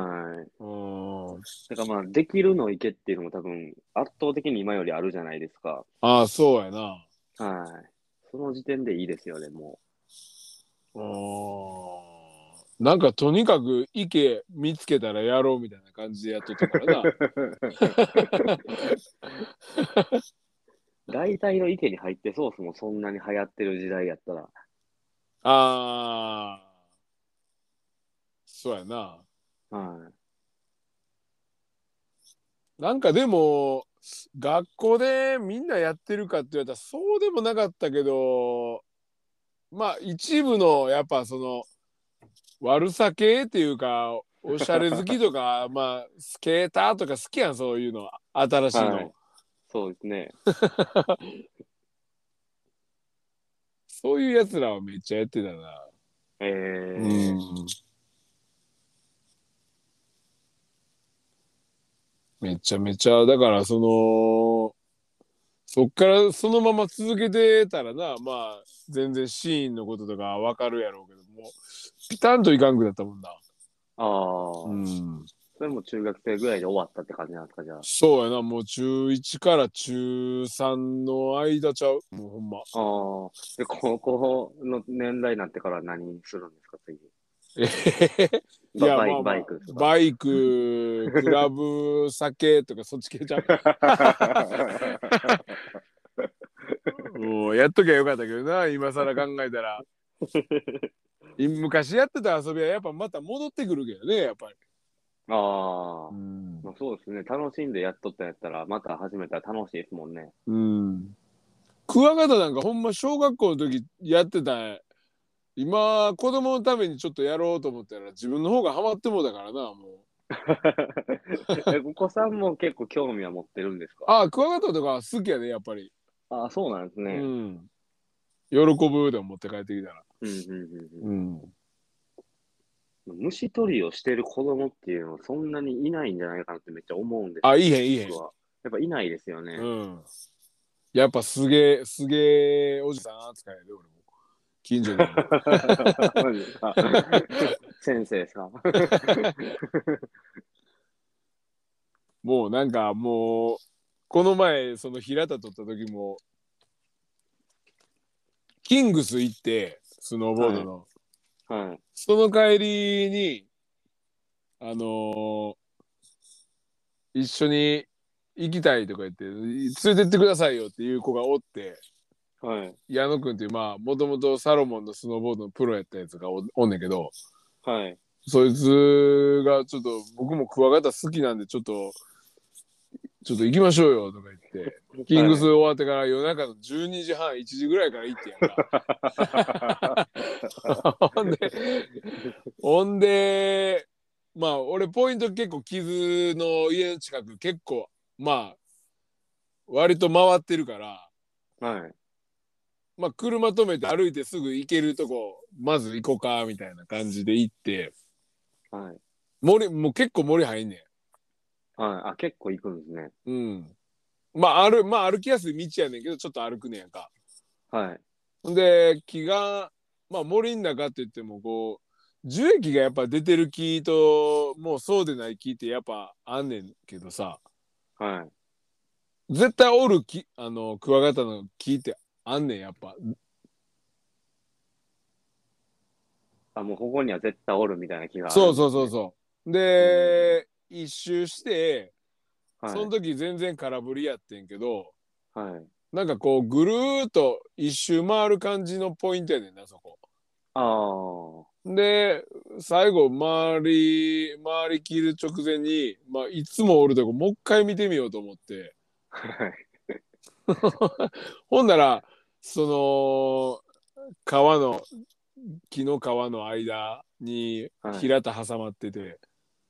うん
だからまあ、できるのいけっていうのも多分、圧倒的に今よりあるじゃないですか。
ああそうやな
はい。その時点でいいですよ ね、も
うんなんかとにかく池見つけたらやろうみたいな感じでやっとったから な
う。大体の池に入ってソースもそんなに流行ってる時代やったら、
ああそうやな
は
なんかでも学校でみんなやってるかって言われたらそうでもなかったけどまあ一部のやっぱその悪さ系っていうかおしゃれ好きと かまあスケーターとか好きやんそういうの新しいの、
はいそうですね。
そういうやつらはめっちゃやってたな。
えー
めちゃめちゃだからそのそっからそのまま続けてたらなまあ全然シーンのこととかわかるやろうけどもピタンといかんくだったもんな。
ああ、
ん
それも中学生ぐらいで終わったって感じなんですか、じゃあ。
そうやな、もう中1から中3の間ちゃう。もうほんま。
ああ。で、高校の年代になってから何するんですか、次。
いや
バイ
まあまあ
バイクですか
バイク、クラブ、酒とかそっち系ちゃう。もうやっときゃよかったけどな、今更考えた ら。い昔やってた遊びはやっぱまた戻ってくるけどね、やっぱり。
ああ。
うん
まあ、そうですね。楽しんでやっとったんやったら、また始めたら楽しいですもんね。
うん。クワガタなんかほんま小学校の時やってたんや今子供のためにちょっとやろうと思ったら自分の方がハマってもうだからなもう
えお子さんも結構興味は持ってるんですか
ああクワガタとか好きやでやっぱり、
ああ、そうなんですね。
うん喜ぶでも持って帰ってきたら
うんうんうんうん
うん
虫取りをしてる子供っていうのはそんなにいないんじゃないかなってめっちゃ思うんです
あいいへんいいへん
僕はやっぱいないですよね。
うんやっぱすげえすげえおじさん扱いやで俺も近 所の
あ 先生ですか
もうなんかもうこの前その平田取った時もキングス行ってスノーボードの、
はい。
その帰りにあのー一緒に行きたいとか言って連れてってくださいよっていう子がおって
はい。
矢野くんっていうまあもともとサロモンのスノーボードのプロやったやつがおおんねんけど
はい。
そいつがちょっと僕もクワガタ好きなんでちょっとちょっと行きましょうよとか言ってキングス終わってから夜中の12時半1時ぐらいから行ってやんかほんでほんでまあ俺ポイント結構傷の家の近く結構まあ割と回ってるから
はい。
まあ車止めて歩いてすぐ行けるとこまず行こうかみたいな感じで行って。
はい。はい。
森もう結構森入んね
あ、結構行くんですね。
んうんまあ歩まあ歩きやすい道やねんけどちょっと歩くねんやんか
はい。
ほんで木がまあ森の中って言ってもこう樹液がやっぱ出てる木ともうそうでない木ってやっぱあんねんけどさ
はい。
絶対おる木あのクワガタの木ってあんねんやっぱ
あ、もうここには絶対おるみたいな気がある。
そうそうそうそうで一周して
はい。
その時全然空振りやってんけど
はい。
なんかこうぐるーっと一周回る感じのポイントやねんなそこ
ああ。
で最後回り回りきる直前に、まあ、いつもおるとこもう一回見てみようと思って
はい。
ほんならその川の木の川の間に
はい
平田挟まって て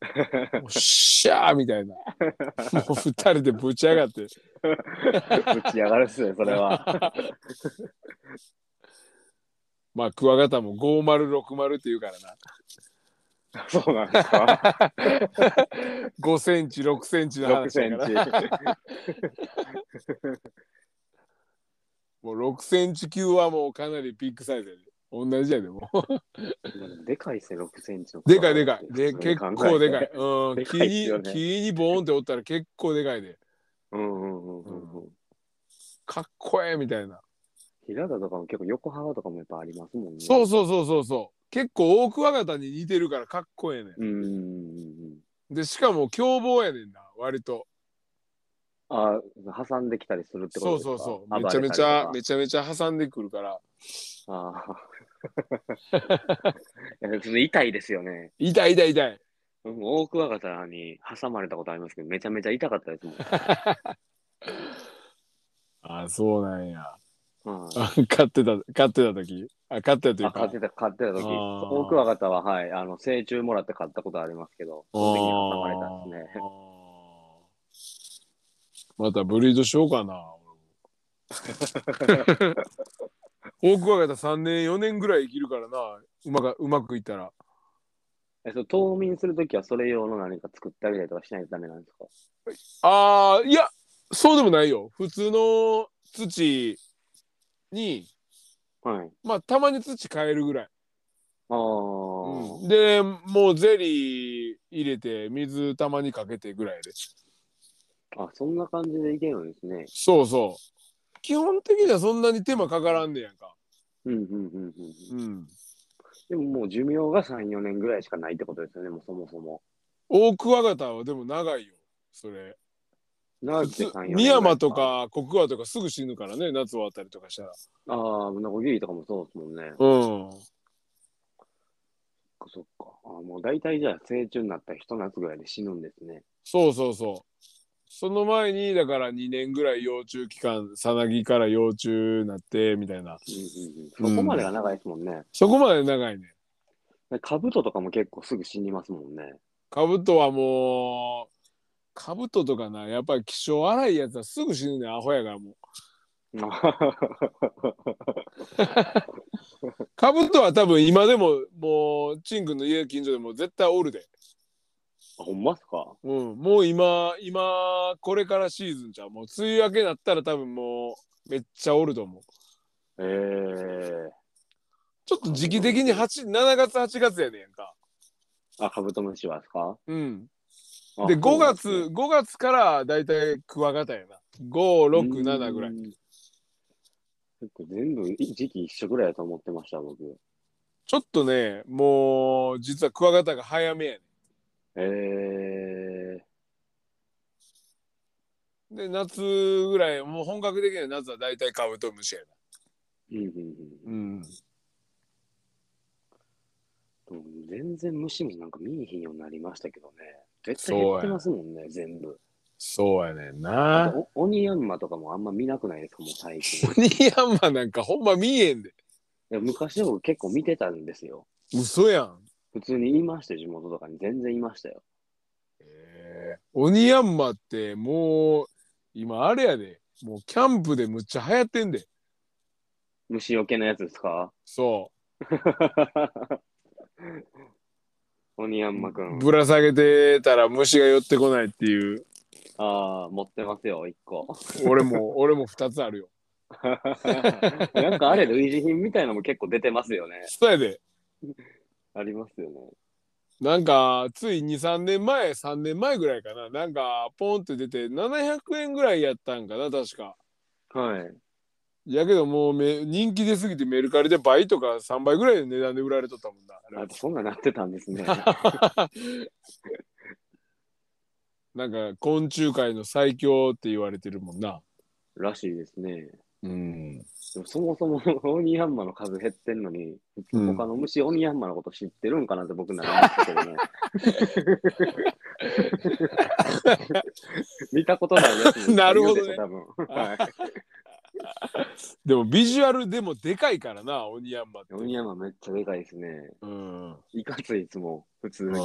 「おっしゃー!」みたいなもう二人でぶち上がって
ぶち上がるっすね、それは。
まあクワガタも5060っていうからな
そうなんですか。
5センチ6センチの
6
話
セ
だ
ン
から
チ。
もう6センチ級はもうかなりビッグサイズやで同じやでもう
でかいっすね、6センチの。
でかいでかい。で、結構でかい。。うん。
で
木
かいっすよ
に、
ね
木にボーンっておったら結構でかいで。
うんうんうんうんうん。
かっこええみたいな。
平田とかも結構横幅とかもやっぱありますもんね。
そうそうそうそうそう。結構大クワガタに似てるからかっこええね
う。うんうんうんうん。
ん。で、しかも凶暴やねんな、割と。
あ、挟んできたりするってこと
そう
ですか
そうそう。めちゃめちゃ、めちゃめちゃ挟んでくるから。
ゃ。あーいやそれ痛いですよね。
痛い痛い痛い。
僕も大クワガタに挟まれたことありますけど、めちゃめちゃ痛かったですもん。
あ、そうなんや。
うん、
あ 飼ってた、飼ってた時あ、飼ってたという
あ
か。
買ってた、買ってた時、
あー
オオクワガタは、はい、あの、成虫もらって買ったことありますけど、その時に挟まれたんですね。
またブリードしようかな。 俺もオオクワガタ3年4年ぐらい生きるからなうまがうまくいったら
え、そう、冬眠するときはそれ用の何か作ってあげたりとかしないとダメなんですか
あーいやそうでもないよ普通の土に
はい。
まあたまに土変えるぐらい、
ああ、
うんでもうゼリー入れて水たまにかけてぐらいで
あ、そんな感じでいけるんですね。
そうそう基本的にはそんなに手間かからんねやんか
うんうんうんうん。
うん
でももう寿命が3、4年ぐらいしかないってことですよね、もうそもそも。
オオクワガタはでも長いよそれ
長くて3、4年ぐらい。
深山と。かコクワとかすぐ死ぬからね夏終わったりとかしたら
ああ、ノコギリとかもそうですもんね。
うん
そっか。あーもう大体じゃあ、成虫になったら一夏ぐらいで死ぬんですね。
そうそうそうその前にだから2年ぐらい幼虫期間さなぎから幼虫になってみたいな
うんうんうん、そこまでが長いですもんね。
そこまで長いね
カブトとかも結構すぐ死にますもんね。
カブトはもうカブトとかなやっぱり気性荒いやつはすぐ死ぬねんアホやからもうカブトは多分今でももうチン君の家近所でも絶対おるで
ほんまっすか
うん、もう今、今、これからシーズンじゃん。もう梅雨明けになったら多分もうめっちゃおると思う。
ええー。
ちょっと時期的に8 7月、8月やねんか。
あ、カブトムシはですか
うん。
あ
で、
そ
5
うなん
月、
すね
5月からだいたいクワガタやな。5、6、7ぐらい。。
うん結構全部い時期一緒ぐらいだと思ってました、僕。
ちょっとね、もう、実はクワガタが早めやね
ええ
ん。で、夏ぐらい、もう本格的な夏はだいたいカブトムシやな。
ー。うんうん
うん。
うん、でも全然虫もなんか見えへんようになりましたけどね。絶対減ってますもんね、全部。
そうやねん
あ
な。
とおオニヤンマとかもあんま見なくないですか、もう最近。
オ
い
ニヤンマなんかほんま見えんで。
や昔僕結構見てたんですよ。
嘘やん。
普通にいましたよ、地元とかに全然いましたよ。
えーオニヤンマってもう今あれやでもうキャンプでむっちゃ流行ってんで
虫よけのやつですか
そ
オニヤンマく。
うんぶら下げてたら虫が寄ってこないっていう
ああ、持ってますよ、1個。
俺 も俺も2つあるよ
なんかあれ、類似品みたいのも結構出てますよね。
そうやで
ありますよね。
なんかつい23年前3年前ぐらいかななんかポンって出て700円ぐらいやったんかな確か
はい。
やけどもうめ人気出すぎてメルカリで倍とか3倍ぐらいの値段で売られとったもんな
やっぱそんななってたん ですね。
なんか昆虫界の最強って言われてるもんな。
らしいですね。
うん。
でもそもそも オニヤンマの数減ってんのに、
うん
他の虫オニヤンマのこと知ってるんかなって僕なら思ったけどね。 見たことないやつも いっぱいいるでしょ多分。はい
でもビジュアルでもでかいからな、オニヤンマって。
オニヤンマめっちゃでかいですね。
うん。
いかついいつも、普通に。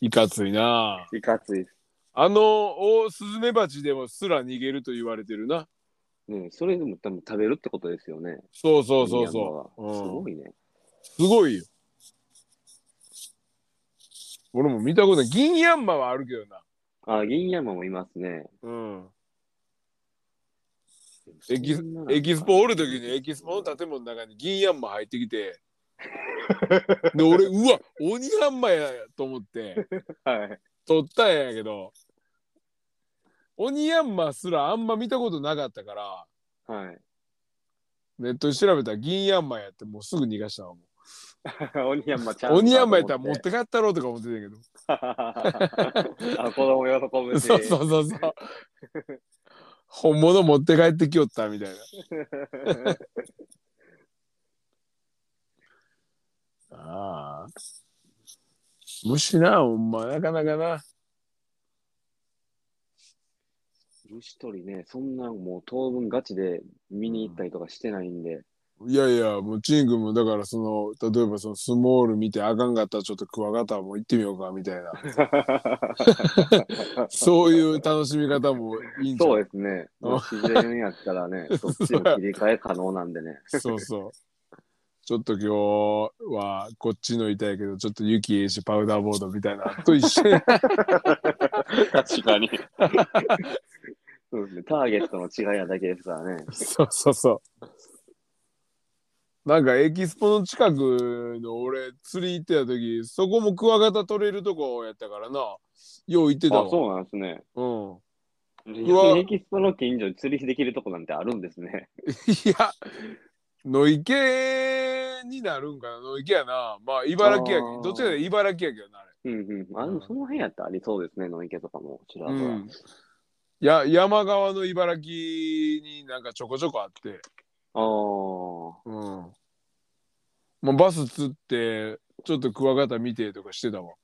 いかついな。
いかついです。
あの、おスズメバチでもすら逃げると言われてるな。
ねそれでも多分食べるってことですよね。
そうそうそうそ
ミヤンマはす
う。うん
ごいね。
すごいよ。俺も見たことない。銀ヤンマはあるけどな。
あ、銀ヤンマもいますね。
うん。エキス
そんなの
エキスポおるときにエキスポの建物の中に銀ヤンマ入ってきてで俺うわ鬼ヤンマやと思って
はい。
撮ったんやけど鬼ヤンマすらあんま見たことなかったから
はい。
ネットで調べたら銀ヤンマやってもうすぐ逃がしたわも
鬼ヤンマちゃん
う
と思って。
鬼ヤンマやったら持って帰ったろうとか思ってたんやけど
あ、子供喜ぶし。
そう そうそうそう本物持って帰ってきよったみたいなああ。虫な、ほんま、なかなかな。
虫取りね、そんなもう当分ガチで見に行ったりとかしてないん で、
いやいや、もうチン君もだからその、例えばそのスモール見てあかんかったらちょっとクワガタも行ってみようかみたいな、そういう楽しみ方もいいんじゃ
そ
な
う
い
ですね。
うん
もう自然やったら ね、そっちの切り替え可能なんでね。
そうそう。ちょっと今日はこっちの板やけど、ちょっと雪ええしパウダーボードみたいなのと一緒に
確かに。 そうですね。ターゲットの違いなだけですからね。
そうそうそう。なんかエキスポの近くの俺釣り行ってた時そこもクワガタ取れるとこやったからなよう行ってたわ
あ、そうなんですね。
うんうわ
エキスポの近所に釣りできるとこなんてあるんですね。
いや、野池になるんかな野池やな。まあ、茨城やけ
あー
ど、っちかというと茨城やけどな、あれ。
うんうん。あ、でもその辺やったらありそうですね。野池とかも、ちらほ
う
ら。
ん。や、山側の茨城になんかちょこちょこあって。
あー
うん。まあ、バス釣って、ちょっとクワガタ見てとかしてたわ。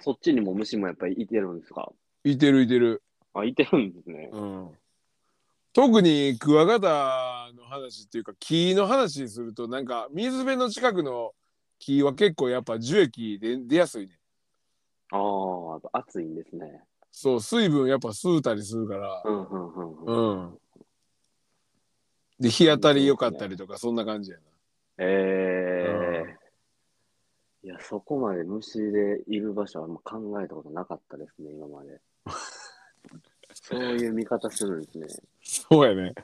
そっちにも虫もやっぱりいてるんですか
いてるいてる。
あ、いてるんですね。
うん。特にクワガタの話っていうか木の話にするとなんか水辺の近くの木は結構やっぱ樹液で出やすいね
あーあ、暑いんですね。
そう、水分やっぱ吸うたりするから
う、んうんうんうん。
うん。で、日当たり良かったりとか、そんな感じやな。
ええいや、そこまで虫でいる場所はあんま考えたことなかったですね、今 まで。そういう見方するんですね。
そうやね。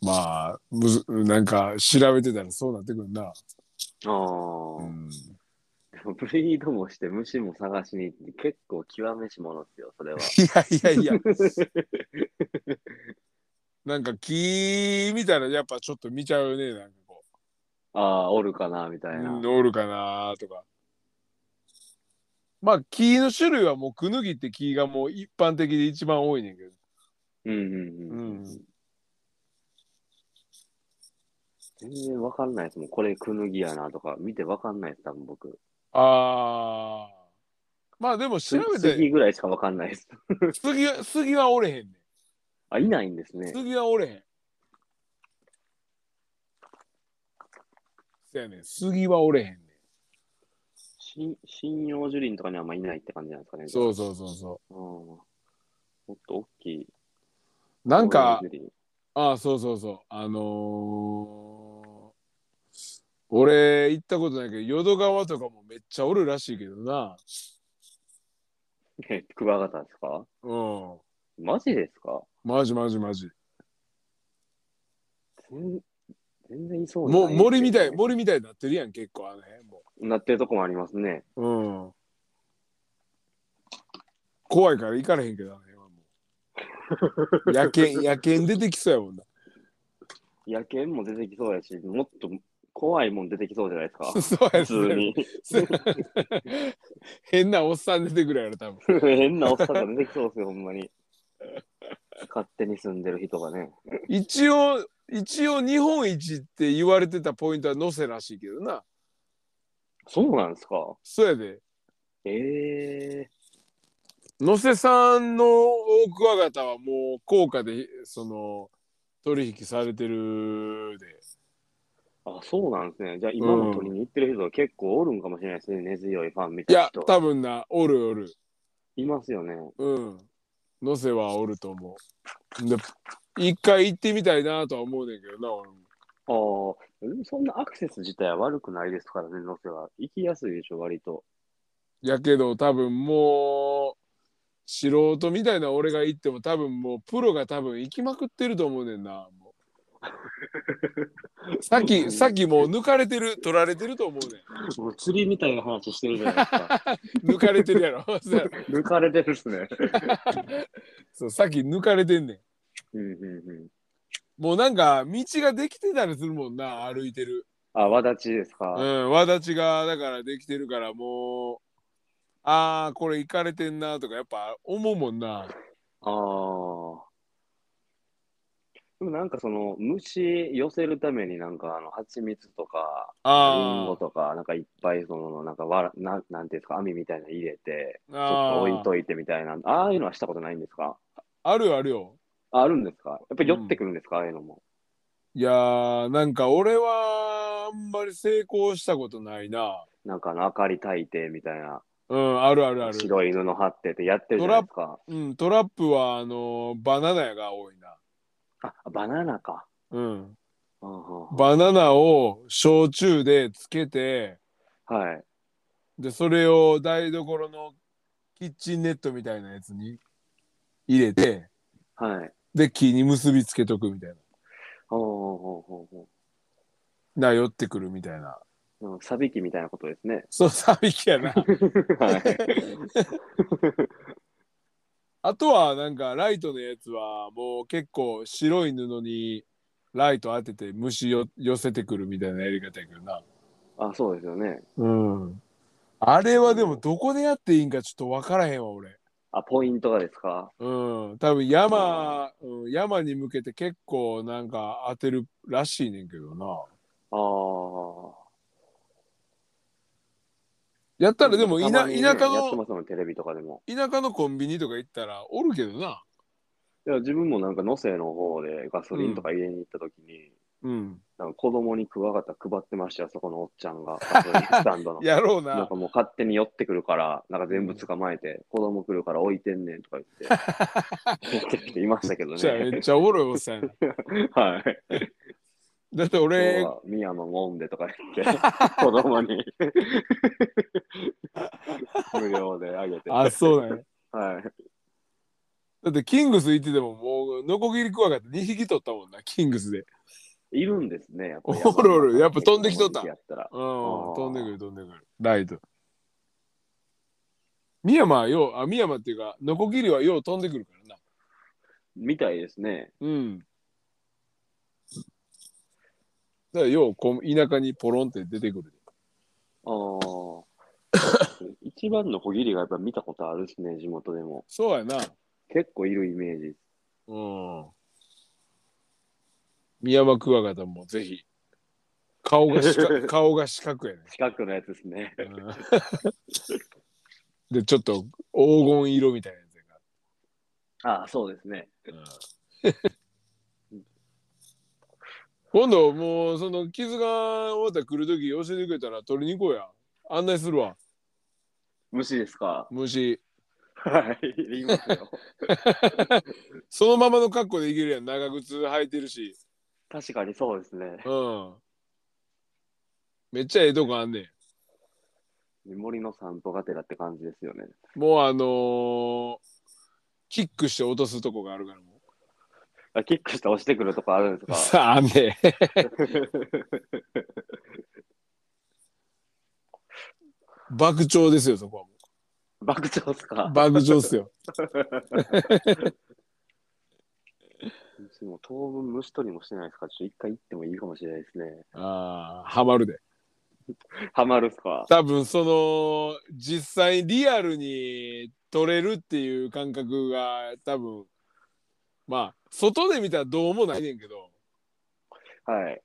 まあ、むず、なんか調べてたらそうなってくるな。
ああ、
うん。
でもブリードもして虫も探しに行って結構極めしものですよ、それは。
いやいやいや。 なんか木見たらやっぱちょっと見ちゃうね、なんかこ
ああ、おるかな、みた
う。
いな。
うん、おるかなとか。まあ、木の種類はもうクヌギって木がもう一般的で一番多いねんけど。
うんうんうん。
うん
全然わかんないですもん。これ、クヌギやなとか、見てわかんないです、多分僕。
ああ。まあでも調
次
べて、
ぐらいしかわかんないです。
杉は、杉は折れへんね
あ、いないんですね
ん。。杉は折れへん。そやねん。杉は折れへんね
針針葉樹林とかにはあんまいないって感じなんですかね。。
ん。そううそうそうそ
ん、もっと大きい。
う。なんか
針、葉樹林
ああ、そうそうそう。あのー俺行ったことないけど、淀川とかもめっちゃおるらしいけどな。
え クワガタですか
うん。
マジですか
マジマジマジ。
全全然いそうにない
もう森みたい、
ですね
森みたいになってるやん、結構あの辺も。
なってるとこもありますね。
うん。怖いから行かれへんけどね。今 もう野犬、野犬出てきそうやもんな。。
野犬も出てきそうやし、もっと怖いもん出てきそうじゃないですか
そうや
普通に。
ね。変なおっさん出てくるやろ、多分。
変なおっさんが出てきそうですよ、ほんまに。勝手に住んでる人がね。
一応、一応日本一って言われてたポイントは能勢らしいけどな。
そうなんですか
そうやで。
ええ
能勢さんの大クワガタはもう高価で、その、取引されてるで。
あ、そうなんですね。じゃあ今も取りに行ってる人は結構おるんかもしれないですね。根強いファンみ
い
たいな
や
人、。
多分な、おるおる。
いますよね。
うん。のせはおると思う。で、一回行ってみたいなとは思うねんけどな、俺も。
ああ、でもそんなアクセス自体は悪くないですからね、能勢は。行きやすいでしょ、割と。
やけど、多分もう、素人みたいな俺が行っても、多分もう、プロが多分行きまくってると思うねんな、も う。さっき、さっきもう抜かれてる、取られてると思うね
もう釣りみたいな話してるじゃないですか。
ん。抜かれてるやろ。そうや
抜かれてるっすね。
そう、さっき抜かれてんね
うんうんうん。
ん。もうなんか、道ができてたりするもんな、歩いてる。
あ、わだちですか。
うん、輪立ちがだからできてるからもうああこれ行かれてんなとかやっぱ思うもんな
ああ。でもなんかその虫寄せるためになんかあの蜂蜜とかリン
あ
ゴとかなんかいっぱいそのなんかわらななんていうんですか網みたいなの入れて
ー
ちょっと
あ
置
ー
いといてみたいなああいうのはしたことないんですか
あるよあるよ
ああるんですかやっぱり寄ってくるんですか、ああいうのも
いやーなんか俺はあんまり成功したことないな
なんかあの明かり焚いてみたいな
うんあるあるある
白い布貼ってってやってるじゃないですか
うん、トラップはあのバナナが多いな
あバナナか
うん
うんうんうん
バナナを焼酎でつけて
はい
でそれを台所のキッチンネットみたいなやつに入れて
はい
で木に結びつけとくみたいな
ほうほうほうほ
な寄ってくるみたいな
ううんサビキみたいなことで すね
そうサビキやな
はい
あとはなんかライトのやつはもう結構白い布にライト当てて虫よ寄せてくるみたいなやり方やけどな
あそうですよね
うんあれはでもどこでやっていいんかちょっと分からへんわ俺
あポイントがですか
うん、多分山、うん、山に向けて結構なんか当てるらしいねんけどな。
ああ
やったらでも、いな
たまにね
田舎
やって
の
ますもんテレビとかでも。
田舎のコンビニとか行ったらおるけどな。
いや自分もなんか野生の方でガソリンとか入れに行った時に、
うん。
なんか子供にクワガタ配ってましたよ、そこのおっちゃ んが、ガソリンスタンドの。
やろう
なん
な。
かもう勝手に寄ってくるから、なんか全部捕まえて、子供来るから置いてんねんとか 言って、持ってきていましたけど
じゃあめっ
ね。
ちゃおもろいおっさんやな。
はい。
だって
今日
俺、
は宮野もんでとか言って、 子供に 無料であげて。
あ、そうだね。
はい。
だってキングス行っててももうノコギリクワガタ2匹取ったもんな、キングスで。
いるんですね、やっぱり
おるおるやっぱ飛んできとった
やったら
うん
あー、
飛んでくる飛んでくる。ライト。深山よう、あ、深山っていうか、ノコギリはよう飛んでくるからな。
みたいですね。
うん。だからようこう田舎にポロンって出てくる。
ああ。一番の小切りがやっぱ見たことあるですね、地元でも。
そうやな。
結構いるイメージ。
うん。ミヤマクワガタもぜひ。顔が四 角顔が四角やね。
近くのやつですね。
うんで、ちょっと黄金色みたいなや
ああ、そうですね。
つやから。うん今度もうその傷が終わったら来るとき教えてくれたら取りに行こうや。案内するわ。
虫ですか。
虫。
はい、いますよ。
そのままの格好でいけるやん。長靴履いてるし。
確かにそうですね。
うん。めっちゃええとこあんね
森の散歩がてらって感じですよね。
ん。もうあのーキックして落とすとこがあるからも
あキックして押してくるとかあるんです
う。
か。
さあ、あんねん。爆鳥ですよ、そこはも
爆鳥ですか
う。。爆鳥っすよ。
虫も当分虫取りもしてないですから、ちょっと一回行ってもいいかもしれないですね。
ああ、ハマるで。
ハマるっすか。
多分その、実際リアルに撮れるっていう感覚が多分、まあ、外で見たらどうもないねんけど、
はい。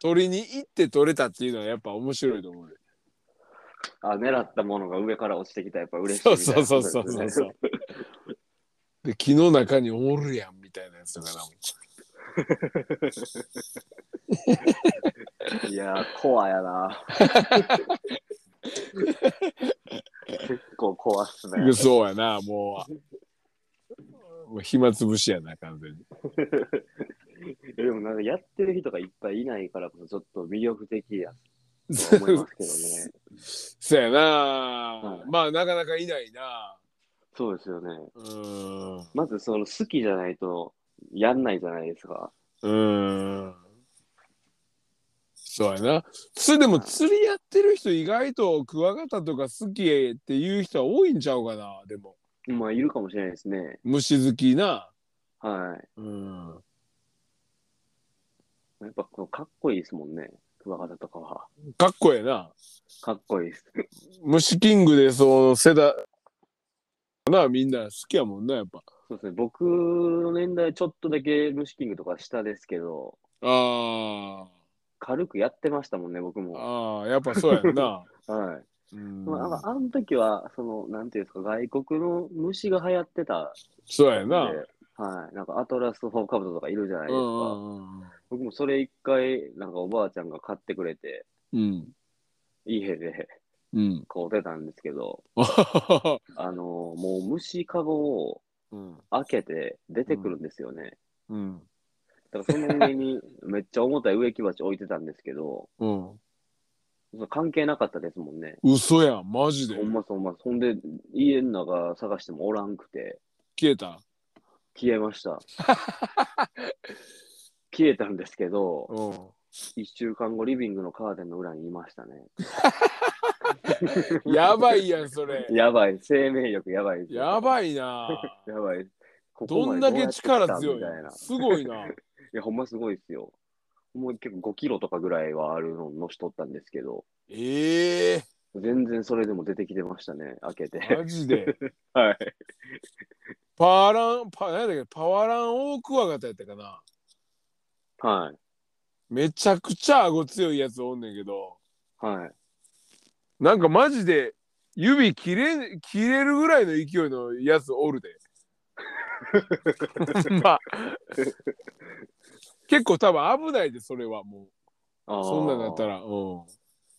撮りに行って撮れたっていうのはやっぱ面白いと思うよ。
あ、狙ったものが上から落ちてきたらやっぱ嬉しい
そう
みたい
そ
な
うそ
こ
うそ
と
う
です
そ
ね
うそう。で、木の中におるやんみたいなやつとかな。
いやー、コアやな。結構コアっすね。
そうやな、もう。もう暇つぶしやな、完全に。
でもなんかやってる人がいっぱいいないからこそちょっと魅力的やと思いますけ どね。
そうやな、
はい
まあ、なかなかいないな。
そうですよね。
うーん。う
まずその好きじゃないとやんないじゃないですか。
ーん。そうやな。つでも釣りやってる人意外とクワガタとか好きっていう人は多いんちゃうかな、でも。
まあいるかもしれないですね。
虫好きな。
は
うん。
い。やっぱこうかっこいいですもんね。クワガタとかは。
かっこええな。
かっこいいです。
虫キングでその世代なみんな好きやもんなやっぱ
そうですね。僕の年代、ちょっとだけ虫キングとか下ですけど、
あ
軽くやってましたもんね、僕も。
あ
は
ああやっぱそうやんな、
い。
うん
まあ、なんかあの時は、その、なんていうんですか、外国の虫が流行ってた
そうや
んで、
な
はい。なんかアトラスフォーカブトとかいるじゃないで
う
すか。
んうんうん
僕もそれ一回、なんかおばあちゃんが買ってくれて、
うん
家で
うん
買うてたんですけど、あのーもう虫かごを
うん
開けて出てくるんですよね。
うん
だからその上に めっちゃ重たい植木鉢置いてたんですけど、
うん
その関係なかったですもんね。
嘘やんマジで
ほんまそんま、そんで家の中探してもおらんくて、
消えた
消え ました。消えたんですけど、
うん
1週間後リビングのカーテンの裏にいましたね。
やばいやんそれ
や ばい、生命力やばいですよ。
やばい な
やばい。ここ
ど
ま
ん
で
だ
うや
け
って来た
力強い
みたいな。い
すごい な
や、ほんますごいですよ。もう結構5キロとかぐらいはあるののしとったんですけど、
ええ
全然それでも出てきてましたね、開けて。
マジで
はい。
パーランパ何だっけパワランオオクワガタやったかな
はい。
めちゃくちゃ顎強いやつおんねんけど
はい。
なんかマジで指切れ切れるぐらいの勢いのやつおる でほんま結構多分危ないでそれはもう
あー
そんなんだったら、うん、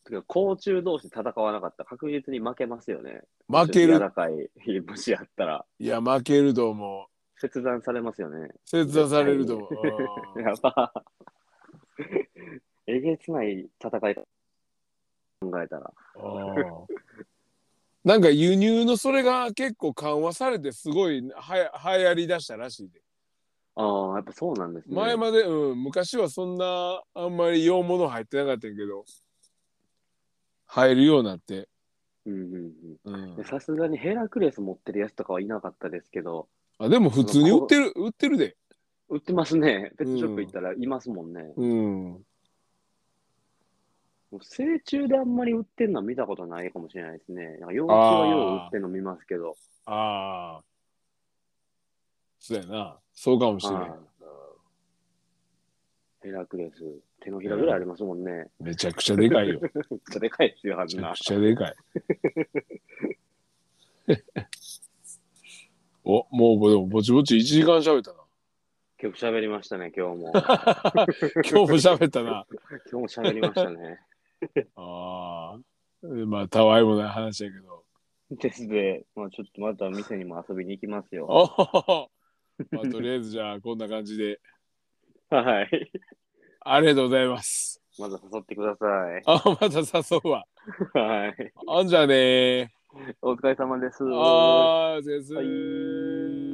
てか甲虫同士戦わなかったら確実に負けますよね。
負け
柔
る
らかい虫やったら、
いや負けると思う
切断されますよね。
切断されると思ううん
やば。えげつない戦い考えたら。
あーなんか輸入のそれが結構緩和されてすごいはや流行りだしたらしいで
ああ、やっぱそうなんですね。
前まで、うん、昔はそんなあんまり洋物入ってなかったんやけど入るようになって、
うんうん
うん
うん。さすがにヘラクレス持ってるやつとかはいなかったですけど、
あでも普通に売ってる売ってるで
売ってますね。ペットショップ行ったらいますもんね。
うん
もう成虫であんまり売ってんのは見たことないかもしれないですね。なんか幼虫はよう売ってんの見ますけど。
ああそうやなそうかもしれない
はいヘラクレス、手のひらぐらいありますもんね。
めちゃくちゃでかいよめ
めっちゃでかいですよ、あん
ちゃ
な
く。ちゃでかい おもうでもぼちぼち1時間喋 ったな
結構喋りましたね、今日も。
今日も喋ったな
今日も喋りましたね。
ああまあたわいもない話やけど
ですで、まあ、ちょっとまた店にも遊びに行きますよ。
おお、まあ、とりあえずじゃあこんな感じで
はい。
ありがとうございます
まず誘ってくださ
あまた誘うわ
い。はい。
あんじゃあね
お疲れ様です。
あーです、
はい